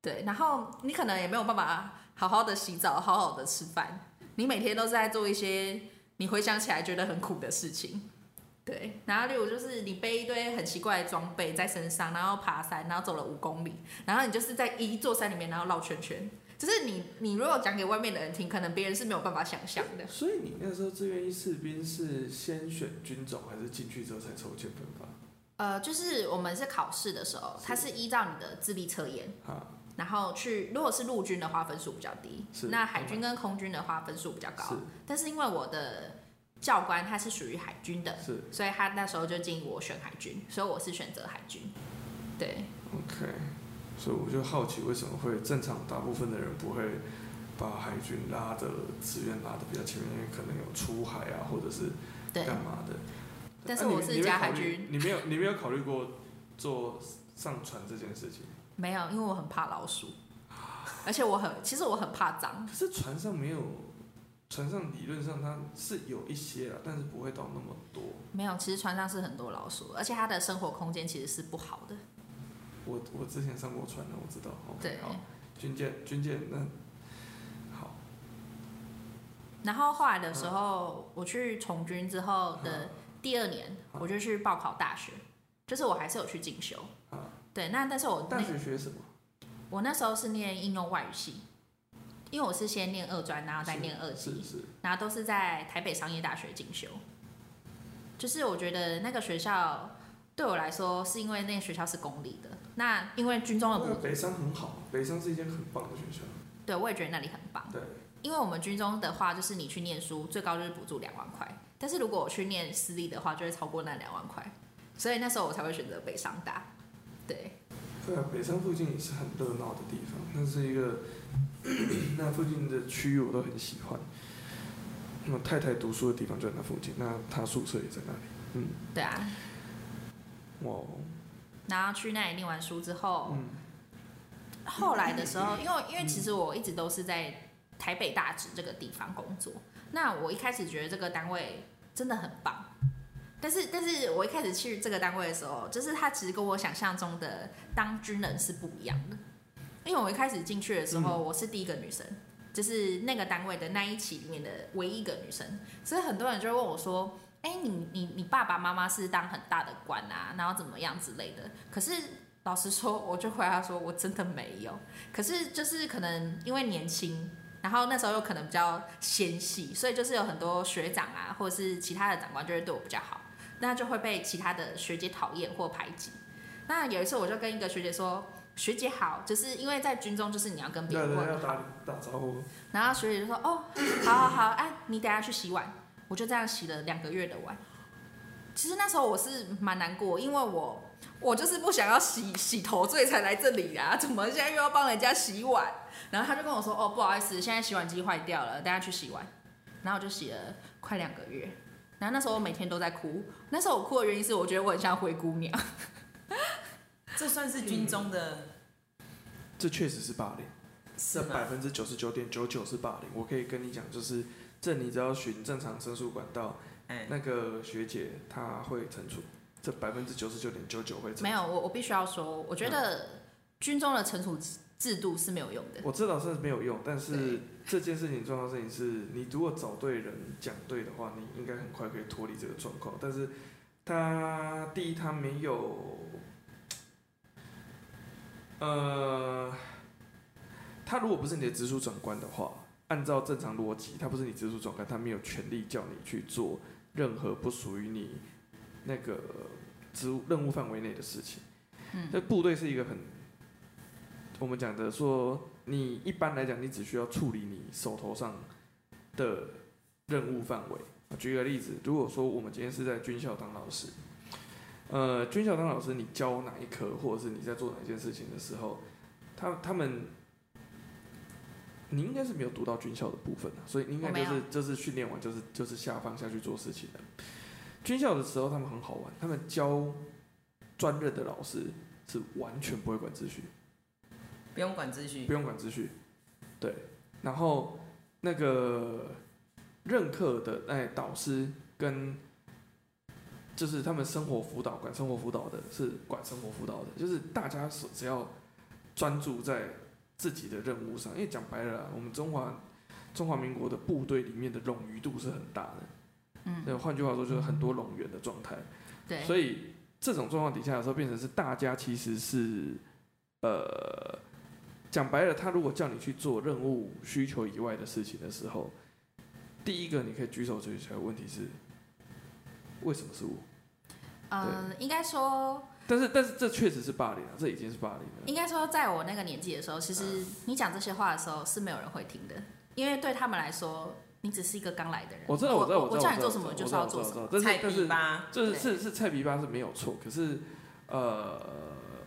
Speaker 3: 对，然后你可能也没有办法好好的洗澡，好好的吃饭，你每天都是在做一些你回想起来觉得很苦的事情。对，然后例如就是你背一堆很奇怪的装备在身上，然后爬山，然后走了五公里，然后你就是在一座山里面，然后绕圈圈。就是你，你如果讲给外面的人听，可能别人是没有办法想象的。
Speaker 1: 所以你那时候志愿役士兵是先选军种还是进去之后才抽签分发？
Speaker 3: 呃，就是我们是考试的时候，它是依照你的智力测验
Speaker 1: 啊，
Speaker 3: 然后去，如果是陆军的话，分数比较低
Speaker 1: 是；
Speaker 3: 那海军跟空军的话，分数比较高
Speaker 1: 是。
Speaker 3: 但是因为我的教官他是属于海军的，
Speaker 1: 是
Speaker 3: 所以他那时候就建议我选海军，所以我是选择海军。对，
Speaker 1: OK，所以我就好奇为什么会正常大部分的人不会把海军拉的志愿拉的比较前面，因为可能有出海啊，或者是
Speaker 3: 对
Speaker 1: 干嘛的。
Speaker 3: 但是
Speaker 1: 啊你
Speaker 3: 我是
Speaker 1: 你没有
Speaker 3: 加
Speaker 1: 考
Speaker 3: 海
Speaker 1: 虑
Speaker 3: 军
Speaker 1: 你没有你没有考虑过做上船这件事情？
Speaker 3: 没有，因为我很怕老鼠，而且我很，其实我很怕脏。
Speaker 1: 可是船上没有，船上理论上它是有一些啦，但是不会到那么多。
Speaker 3: 没有，其实船上是很多老鼠，而且它的生活空间其实是不好的。
Speaker 1: 我我之前上过船的，我知道。OK，
Speaker 3: 对
Speaker 1: 好，军舰军舰那好，
Speaker 3: 然后后来的时候，我去从军之后的第二年，
Speaker 1: 嗯
Speaker 3: 我就去报考大学，就是我还是有去进修
Speaker 1: 嗯。
Speaker 3: 对，那但是我
Speaker 1: 大
Speaker 3: 那
Speaker 1: 学学什么？
Speaker 3: 我那时候是念应用外语系，因为我是先念二专，然后再念二
Speaker 1: 是
Speaker 3: 技，
Speaker 1: 是
Speaker 3: 然后都是在台北商业大学进修。就是我觉得那个学校对我来说，是因为那个学校是公立的，那因为军中的
Speaker 1: 那
Speaker 3: 补，
Speaker 1: 北商很好，北商是一间很棒的学校。
Speaker 3: 对我也觉得那里很棒。
Speaker 1: 对，
Speaker 3: 因为我们军中的话，就是你去念书，最高就是补助两万块。但是如果我去念私立的话，就会超过那两万块，所以那时候我才会选择北上大。对，
Speaker 1: 对啊，北山附近也是很热闹的地方，那是一个 那附近的区域我都很喜欢。那么太太读书的地方就在那附近，那她宿舍也在那里。
Speaker 3: 对啊。
Speaker 1: 哇哦，
Speaker 3: 然后去那里念完书之后，
Speaker 1: 嗯，
Speaker 3: 后来的时候，因为因为其实我一直都是在台北大直这个地方工作，那我一开始觉得这个单位真的很棒，但是但是我一开始去这个单位的时候，就是它其实跟我想象中的当军人是不一样的，因为我一开始进去的时
Speaker 1: 嗯
Speaker 3: 候，我是第一个女生。就是那个单位的那一期里面的唯一一个女生，所以很多人就会问我说：“哎、你你你爸爸妈妈是当很大的官啊，然后怎么样之类的。可是老实说，我就回答说我真的没有。可是就是可能因为年轻，然后那时候又可能比较纤细，所以就是有很多学长啊，或者是其他的长官就会对我比较好，那就会被其他的学姐讨厌或排挤。那有一次我就跟一个学姐说。学姐好，就是因为在军中，就是你要跟别
Speaker 1: 对
Speaker 3: 人
Speaker 1: 对，
Speaker 3: 问
Speaker 1: 要
Speaker 3: 好，
Speaker 1: 打打招呼。
Speaker 3: 然后学姐就说：“哦， 好好好，哎、你等下去洗碗。”我就这样洗了两个月的碗。其实那时候我是蛮难过，因为我我就是不想要洗洗头，所以才来这里啊。怎么现在又要帮人家洗碗？然后他就跟我说：“哦，不好意思，现在洗碗机坏掉了，大家去洗碗。”然后我就洗了快两个月。然后那时候我每天都在哭，那时候我哭的原因是我觉得我很像灰姑娘。
Speaker 2: 这算是军中的，
Speaker 1: 这确实是霸凌，
Speaker 2: 是
Speaker 1: 这百
Speaker 2: 吗？
Speaker 1: 分之九十九点九九是霸凌。我可以跟你讲，就是这你只要循正常申诉管道，
Speaker 2: 哎，
Speaker 1: 那个学姐她会惩处，这百分之九十九点九九会惩处
Speaker 3: 没。有，我我必须要说，我觉
Speaker 1: 嗯
Speaker 3: 得军中的惩处制度是没有用的。
Speaker 1: 我知道是没有用，但
Speaker 3: 对
Speaker 1: 是这件事情重要的事情是，你如果找对人讲对的话，你应该很快可以脱离这个状况。但是他第一，他没有，呃，他如果不是你的直属长官的话，按照正常逻辑，他不是你直属长官，他没有权利叫你去做任何不属于你那个职务任务范围内的事情。
Speaker 3: 嗯
Speaker 1: 这部队是一个很，我们讲的说，你一般来讲，你只需要处理你手头上的任务范围。举个例子，如果说我们今天是在军校当老师，呃，军校当老师，你教哪一科，或者是你在做哪件事情的时候，他他们，你应该是没有读到军校的部分啊，所以你应该就
Speaker 3: 我没
Speaker 1: 是
Speaker 3: 有
Speaker 1: 就是训练完就是就是下放下去做事情的。军校的时候，他们很好玩，他们教专任的老师是完全不会管秩序，
Speaker 2: 不用管秩序
Speaker 1: 不，用管秩序，对。然后那个任课的哎导师跟就是他们生活辅导管生活辅导的是管生活辅导的，就是大家所只要专注在自己的任务上，因为讲白了啦，啊我们中华中华民国的部队里面的冗余度是很大的，
Speaker 3: 嗯，
Speaker 1: 那换句话说就是很多冗员的状态。
Speaker 3: 对。
Speaker 1: 所以这种状况底下的时候，变成是大家其实是，呃，讲白了，他如果叫你去做任务需求以外的事情的时候，第一个你可以举手举起来的问题是，为什么是我？
Speaker 3: 嗯，应该说，
Speaker 1: 但是但是这确实是霸凌啊，这已经是霸凌了。
Speaker 3: 应该说，在我那个年纪的时候，其实
Speaker 1: 嗯
Speaker 3: 你讲这些话的时候是没有人会听的，因为对他们来说，你只是一个刚来的人。
Speaker 1: 我知道，我知道，
Speaker 3: 我
Speaker 1: 知道，
Speaker 3: 叫你做什么，
Speaker 1: 我
Speaker 3: 你
Speaker 1: 知道
Speaker 3: 就是要
Speaker 1: 我知道
Speaker 3: 做
Speaker 1: 我
Speaker 3: 什
Speaker 1: 知
Speaker 3: 么。
Speaker 1: 道但
Speaker 2: 菜
Speaker 1: 是但
Speaker 2: 皮
Speaker 1: 是
Speaker 2: 吧，
Speaker 1: 这
Speaker 3: 对
Speaker 1: 是是菜皮吧是没有错，可是呃，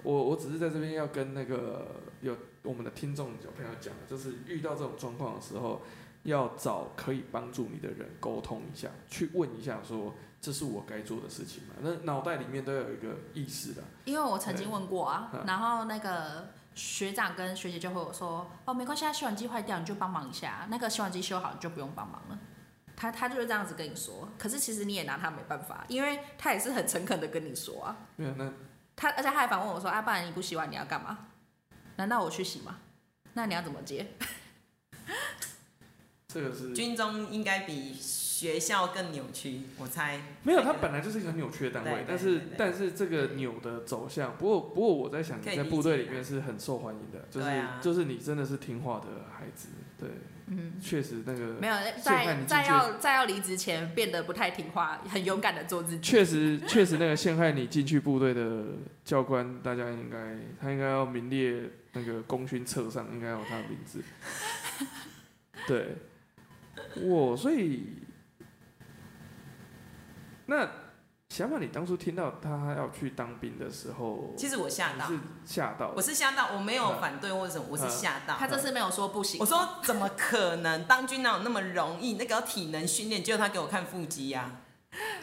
Speaker 1: 我我只是在这边要跟那个有我们的听众有朋友讲，就是遇到这种状况的时候，要找可以帮助你的人沟通一下，去问一下说这是我该做的事情吗？那脑袋里面都要有一个意识的，
Speaker 3: 因为我曾经问过啊
Speaker 1: 嗯，
Speaker 3: 然后那个学长跟学姐就会我说，哦，没关系，啊，洗碗机坏掉你就帮忙一下，啊那个洗碗机修好你就不用帮忙了。他他就是这样子跟你说，可是其实你也拿他没办法，因为他也是很诚恳的跟你说啊。
Speaker 1: 没有那
Speaker 3: 他而且他还反问我说，啊，不然你不洗碗你要干嘛？难道我去洗吗？那你要怎么接？
Speaker 1: 这个是
Speaker 2: 军中应该比学校更扭曲，我猜。
Speaker 1: 没有，它本来就是一个很扭曲的单位
Speaker 2: 对，
Speaker 1: 但是
Speaker 2: 对对
Speaker 1: 但是这个扭的走向，不过不过我在想，你
Speaker 2: 可以
Speaker 1: 在
Speaker 2: 理
Speaker 1: 部队
Speaker 2: 解
Speaker 1: 里
Speaker 2: 啦
Speaker 1: 面是很受欢迎的，就是、
Speaker 2: 对啊
Speaker 1: 就是你真的是听话的孩子，对，
Speaker 3: 嗯，
Speaker 1: 确实那个
Speaker 3: 没有，
Speaker 1: 所以那
Speaker 3: 在
Speaker 1: 你
Speaker 3: 在
Speaker 1: 进去
Speaker 3: 要在要离职前变得不太听话，很勇敢的做自己。
Speaker 1: 确实确实那个陷害你进去部队的教官，大家应该他应该要名列那个功勋册上，应该有他的名 字。对，我所以那小马，你当初听到他要去当兵的时候，
Speaker 2: 其实我吓
Speaker 1: 你
Speaker 2: 到
Speaker 1: 是，吓到
Speaker 2: 我
Speaker 1: 的，
Speaker 2: 是吓到，我没有反对或者什么，我是吓到
Speaker 3: 他。这次没有说不行，
Speaker 2: 我说怎么可能？当军哪有那么容易？那个要体能训练，结果他给我看腹肌呀、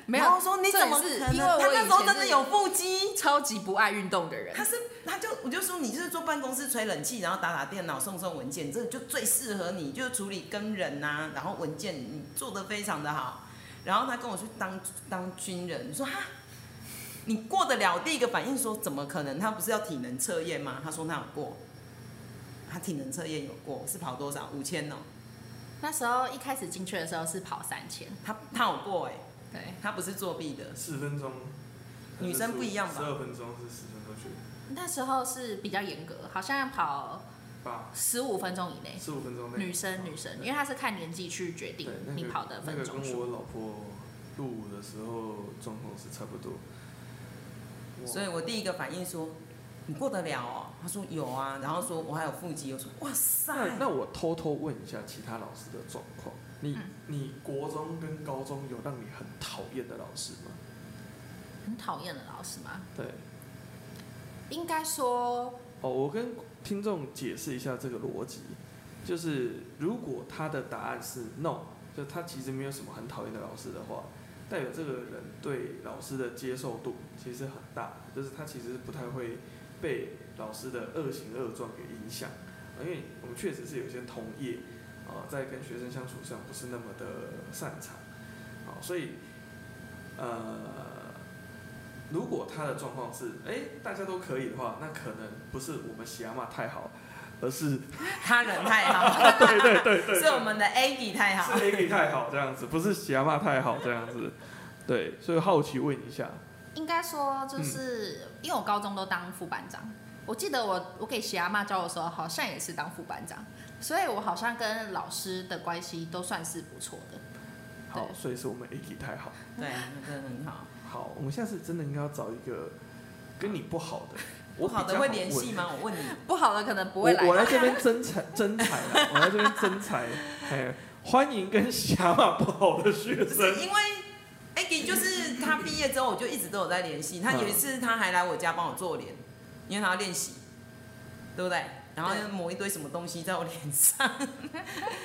Speaker 3: 没
Speaker 2: 然
Speaker 3: 有
Speaker 2: 后说你怎么可
Speaker 3: 这也是
Speaker 2: 能？
Speaker 3: 因为
Speaker 2: 他
Speaker 3: 我
Speaker 2: 那时候
Speaker 3: 以前
Speaker 2: 真的
Speaker 3: 是
Speaker 2: 有腹肌。
Speaker 3: 超级不爱运动的人
Speaker 2: 他。是，他就我就说你就是坐办公室吹冷气，然后打打电脑送送文件，这就最适合你，就是处理跟人呐、然后文件你做的非常的好。然后他跟我去当当军人，我说哈，你过得了？第一个反应说怎么可能？他不是要体能测验吗？他说他有过，他体能测验有过，是跑多少？五千哦，
Speaker 3: 那时候一开始进去的时候是跑三千，
Speaker 2: 他他有过哎、
Speaker 3: 对，
Speaker 2: 他不是作弊的，
Speaker 1: 四分钟，
Speaker 2: 女生不一样吧
Speaker 1: 十二分钟是十分钟去
Speaker 3: 那时候是比较严格，好像要跑
Speaker 1: 八
Speaker 3: 十五分钟以内，
Speaker 1: 十五分钟内。
Speaker 3: 女生女生，因为他是看年纪去决定
Speaker 1: 对，那个
Speaker 3: 你跑的分
Speaker 1: 那
Speaker 3: 钟
Speaker 1: 个跟
Speaker 3: 数。
Speaker 1: 我老婆入伍的时候状况是差不多。哇
Speaker 2: 所以我第一个反应说你过得了哦？他说有啊，然后说我还有腹肌，我说哇塞。
Speaker 1: 那那我偷偷问一下其他老师的状况，你、
Speaker 3: 嗯
Speaker 1: 你国中跟高中有让你很讨厌的老师吗？
Speaker 3: 很讨厌的老师吗？
Speaker 1: 对，
Speaker 3: 应该说，
Speaker 1: 哦，我跟听众解释一下这个逻辑，就是如果他的答案是 no，就他其实没有什么很讨厌的老师的话，代表这个人对老师的接受度其实很大，就是他其实不太会被老师的恶行恶状给影响，啊因为我们确实是有些同业啊，在跟学生相处上不是那么的擅长，啊，所以呃。如果他的状况是，哎、大家都可以的话，那可能不是我们喜阿妈太好，而是
Speaker 2: 他人太好， 对对
Speaker 1: 对对
Speaker 2: 是我们的 Aggy 太好
Speaker 1: 是。Amy 太好这样子，不是喜阿妈太好这样 子。对，所以好奇问一下，
Speaker 3: 应该说就是、
Speaker 1: 嗯
Speaker 3: 因为我高中都当副班长，我记得我我给喜阿妈教的时候，好像也是当副班长，所以我好像跟老师的关系都算是不错的。
Speaker 1: 好，
Speaker 3: 对
Speaker 1: 所以是我们 Amy 太好。
Speaker 2: 对，真的很好。
Speaker 1: 好，我们下次真的应该要找一个跟你不好 的，我
Speaker 2: 不好
Speaker 1: 比
Speaker 2: 的
Speaker 1: 较
Speaker 2: 会
Speaker 1: 问
Speaker 2: 联系？吗？我问你，
Speaker 3: 不好的可能不
Speaker 1: 我
Speaker 3: 会来吧。
Speaker 1: 我来这边争财争财了，我来这边争财，哎，欢迎跟喜阿妈不好的学
Speaker 2: 不
Speaker 1: 生
Speaker 2: 是。因为 Aggy 就是他毕业之后，我就一直都有在联系。他有一次他还来我家帮我做脸，因为他要练习，对不对？然后就抹一堆什么东西在我脸上。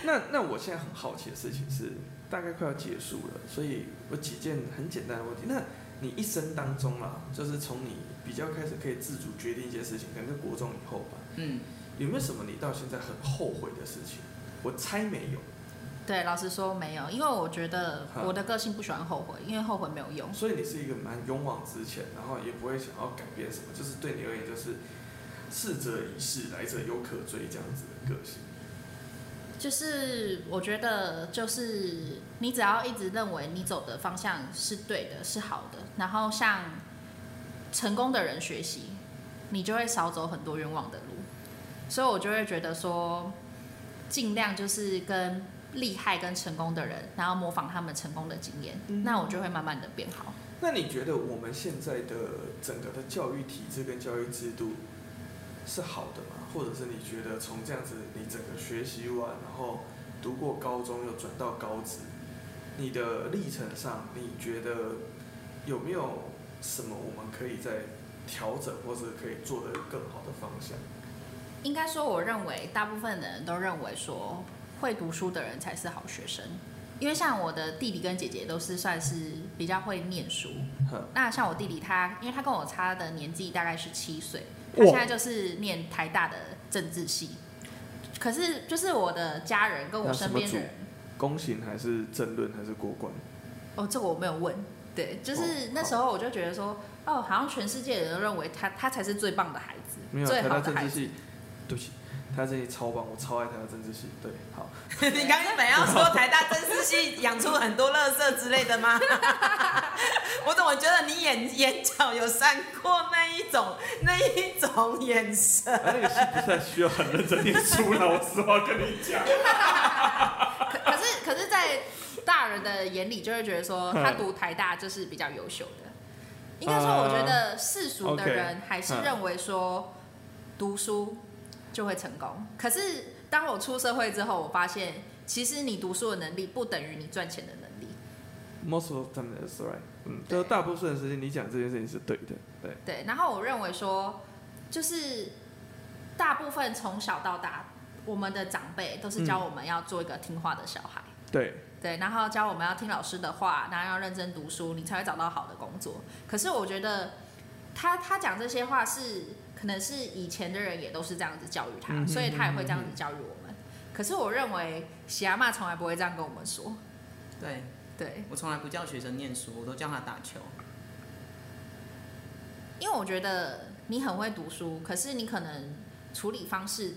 Speaker 1: 那那我现在很好奇的事情是，大概快要结束了，所以我几件很简单的问题。那你一生当中啦，就是从你比较开始可以自主决定一些事情，可能就国中以后吧，
Speaker 2: 嗯，
Speaker 1: 有没有什么你到现在很后悔的事情？我猜没有，
Speaker 3: 对，老实说没有，因为我觉得我的个性不喜欢后悔，因为后悔没有用。
Speaker 1: 所以你是一个蛮勇往直前，然后也不会想要改变什么，就是对你而言就是逝者已逝，来者有可追这样子的个性。
Speaker 3: 就是我觉得，就是你只要一直认为你走的方向是对的，是好的，然后向成功的人学习，你就会少走很多冤枉的路。所以我就会觉得说，尽量就是跟厉害跟成功的人，然后模仿他们成功的经验，那我就会慢慢的变好。
Speaker 1: 那你觉得我们现在的整个的教育体制跟教育制度是好的吗？或者是你觉得从这样子，你整个学习完，然后读过高中又转到高职，你的历程上，你觉得有没有什么我们可以在调整，或者可以做得更好的方向？
Speaker 3: 应该说，我认为大部分的人都认为说，会读书的人才是好学生。因为像我的弟弟跟姐姐都是算是比较会念书
Speaker 1: 哼。
Speaker 3: 那像我弟弟他，因为他跟我差的年纪大概是七岁，他现在就是念台大的政治系。可是就是我的家人跟我
Speaker 1: 那什
Speaker 3: 身
Speaker 1: 么
Speaker 3: 边的
Speaker 1: 组
Speaker 3: 人，
Speaker 1: 公行还是政论还是国关？
Speaker 3: 哦，这个我没有问。对，就
Speaker 1: 哦
Speaker 3: 是那时候我就觉得说，哦，好像全世界人都认为他他才是最棒的孩
Speaker 1: 没
Speaker 3: 子，
Speaker 1: 有，
Speaker 3: 最
Speaker 1: 台
Speaker 3: 好
Speaker 1: 大
Speaker 3: 的
Speaker 1: 政
Speaker 3: 孩
Speaker 1: 治
Speaker 3: 子。
Speaker 1: 系，对不起，台大政治系超棒，我超爱台大政治系。对，好，
Speaker 2: 你刚刚本来要说台大政治系养出很多垃圾之类的吗？ 我怎么觉得你眼眼角有闪过那一种那一种眼神？
Speaker 1: 啊、那个系不太需要很认真念书了，我实话跟你讲。
Speaker 3: 可可是可是，在大人的眼里就会觉得说，
Speaker 1: 嗯
Speaker 3: 他读台大就是比较优秀的。应该说，我觉得世俗的
Speaker 1: 啊 OK，
Speaker 3: 人还是
Speaker 1: 嗯
Speaker 3: 认为说，读书就会成功。可是当我出社会之后，我发现其实你读书的能力不等于你赚钱的能力。
Speaker 1: Most of the time is right，嗯，
Speaker 3: 对
Speaker 1: 就是大部分的时间你讲这件事情是对的，对，
Speaker 3: 对，然后我认为说，就是大部分从小到大，我们的长辈都
Speaker 1: 嗯
Speaker 3: 是教我们要做一个听话的小孩，
Speaker 1: 对，
Speaker 3: 对，然后教我们要听老师的话，然后要认真读书，你才会找到好的工作。可是我觉得他他讲这些话是，可能是以前的人也都是这样子教育他，
Speaker 1: 嗯哼
Speaker 3: 所以他也会这样子
Speaker 1: 嗯
Speaker 3: 教育我们。可是我认为喜阿妈从来不会这样跟我们说，
Speaker 2: 对
Speaker 3: 对，
Speaker 2: 我从来不叫学生念书，我都叫他打球。
Speaker 3: 因为我觉得你很会读书，可是你可能处理方式、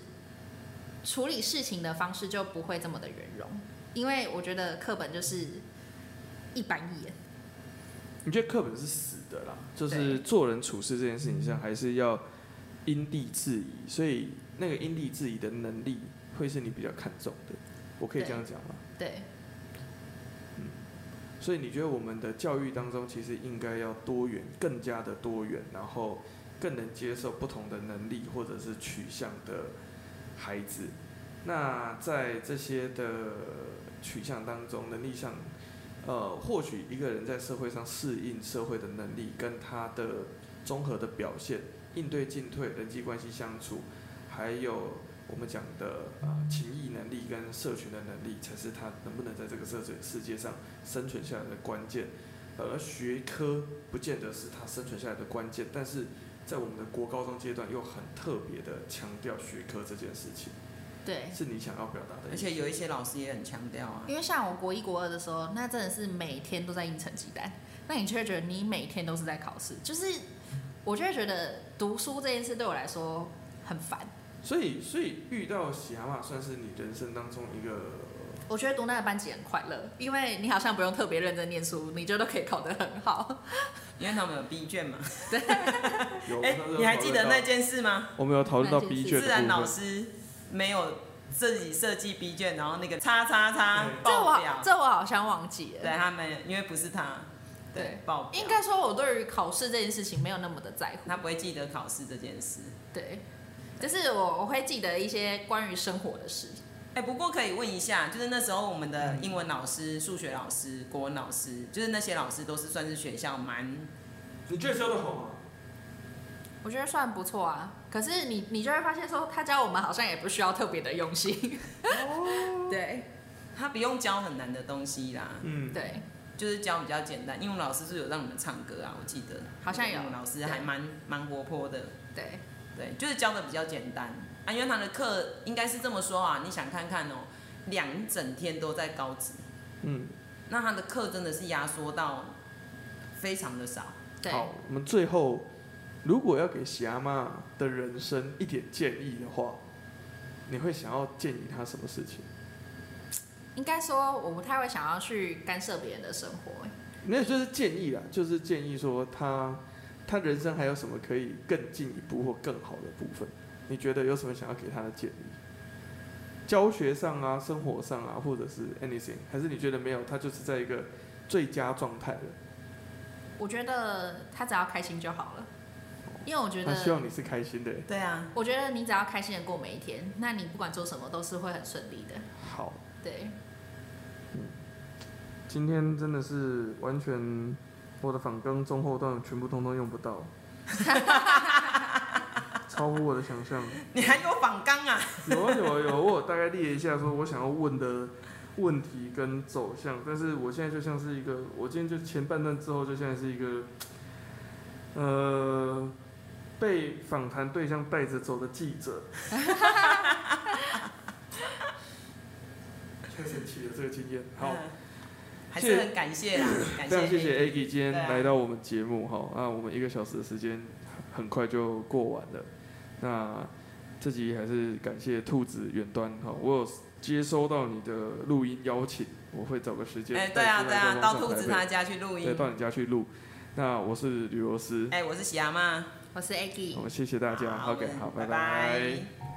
Speaker 3: 处理事情的方式就不会这么的圆融，因为我觉得课本就是一板一眼。
Speaker 1: 你觉得课本是死的啦，就是
Speaker 3: 对
Speaker 1: 做人处事这件事情上还是要因地制宜，所以那个因地制宜的能力会是你比较看重的，我可以
Speaker 3: 对
Speaker 1: 这样讲吗？
Speaker 3: 对，
Speaker 1: 所以你觉得我们的教育当中，其实应该要多元，更加的多元，然后更能接受不同的能力或者是取向的孩子。那在这些的取向当中，能力上，呃，或许一个人在社会上适应社会的能力，跟他的综合的表现、应对进退、人际关系相处，还有我们讲的呃情谊能力跟社群的能力，才是他能不能在这个社会世界上生存下来的关键。而学科不见得是他生存下来的关键，但是在我们的国高中阶段又很特别的强调学科这件事情，
Speaker 3: 对，
Speaker 1: 是你想要表达的
Speaker 2: 哎而
Speaker 1: 意思。
Speaker 2: 且有一些老师也很强调啊，
Speaker 3: 因为像我国一、国二的时候，那真的是每天都在印成绩单，那你就会觉得你每天都是在考试，就是我就会觉得读书这件事对我来说很烦。
Speaker 1: 所以，所以遇到喜蛤蟆算是你人生当中一个
Speaker 3: 我觉得读那个班级很快乐，因为你好像不用特别认真念书，你就都可以考得很 好。
Speaker 2: 因为他们有 B 卷嘛。
Speaker 1: 呃有。
Speaker 2: 哎、
Speaker 1: 哦那时候
Speaker 2: 你还记得
Speaker 1: 讨论到？
Speaker 2: 那件事吗？
Speaker 1: 我们有讨论到
Speaker 3: 那件
Speaker 1: B
Speaker 3: 事
Speaker 1: 卷
Speaker 2: 自
Speaker 1: 的
Speaker 2: 然
Speaker 1: 部
Speaker 2: 老
Speaker 1: 分。
Speaker 2: 师没有自己设计 B 卷，然后那个叉叉叉
Speaker 3: 这
Speaker 2: 爆
Speaker 3: 我好
Speaker 2: 表。
Speaker 3: 这我好像忘记
Speaker 2: 对
Speaker 3: 了。
Speaker 2: 他没有，因为不是他，对
Speaker 3: 对
Speaker 2: 爆表。
Speaker 3: 应该说我对于考试这件事情没有那么的在乎。
Speaker 2: 他不会记得考试这件事。
Speaker 3: 对，就是我我会记得一些关于生活的事。
Speaker 2: 哎、不过可以问一下，就是那时候我们的英文老师、数学老师、国文老师，就是那些老师都是算是学校蛮
Speaker 1: 你觉得教的好吗？
Speaker 3: 我觉得算不错啊，可是你你就会发现说，他教我们好像也不需要特别的用心。 对
Speaker 2: 他不用教很难的东西啦，
Speaker 1: 嗯，
Speaker 3: 对，
Speaker 2: 就是教比较简单。英文老师是有让你们唱歌啊，我记得
Speaker 3: 好像有
Speaker 2: 英文老师
Speaker 3: 对
Speaker 2: 还蛮蛮活泼的，
Speaker 3: 对，
Speaker 2: 对，就是教的比较简单啊，因为他的课应该是这么说啊，你想看看哦，两整天都在高职，
Speaker 1: 嗯，
Speaker 2: 那他的课真的是压缩到非常的少。
Speaker 3: 对，
Speaker 1: 好，我们最后如果要给喜蛤蟆的人生一点建议的话，你会想要建议他什么事情？
Speaker 3: 应该说我不太会想要去干涉别人的生活、欸
Speaker 1: 没有，就是建议啦，就是建议说他他人生还有什么可以更进一步或更好的部分？你觉得有什么想要给他的建议？教学上啊，生活上啊，或者是 anything，还是你觉得没有？他就是在一个最佳状态了。
Speaker 3: 我觉得他只要开心就好了，因为我觉
Speaker 1: 他
Speaker 3: 得
Speaker 1: 希望你是开心的。
Speaker 2: 对啊，
Speaker 3: 我觉得你只要开心的过每一天，那你不管做什么都是会很顺利的。
Speaker 1: 好，
Speaker 3: 对，
Speaker 1: 今天真的是完全我的反刚中后段全部通通用不 到，超乎我的想象。
Speaker 2: 你还有仿纲啊？
Speaker 1: 有啊有啊有啊，我有大概列一下说我想要问的问题跟走向，但是我现在就像是一个，我今天就前半段之后就像是一个，呃，被访谈对象带着走的记者。太神奇了，这个经验。好，
Speaker 2: 嗯， 还是很感谢啦，感
Speaker 1: 非常谢谢
Speaker 2: A
Speaker 1: Aggy 今天
Speaker 2: 对啊
Speaker 1: 来到我们节目哈，那我们一个小时的时间很快就过完了，那这集还是感谢兔子远端哈，我有接收到你的录音邀请，我会找个时间
Speaker 2: 哎，对
Speaker 1: 带
Speaker 2: 啊
Speaker 1: 出
Speaker 2: 对
Speaker 1: 来
Speaker 2: 啊，
Speaker 1: 跟
Speaker 2: 到
Speaker 1: 上
Speaker 2: 兔
Speaker 1: 台
Speaker 2: 子
Speaker 1: 北
Speaker 2: 他家去录
Speaker 1: 对
Speaker 2: 音。
Speaker 1: 到你家去录，那我是吕罗斯，
Speaker 2: 哎，我是喜阿妈，
Speaker 3: 我是 Aggie
Speaker 1: 我。们谢谢大家
Speaker 2: 好
Speaker 1: ，OK 好，
Speaker 2: 拜
Speaker 1: 拜
Speaker 2: 拜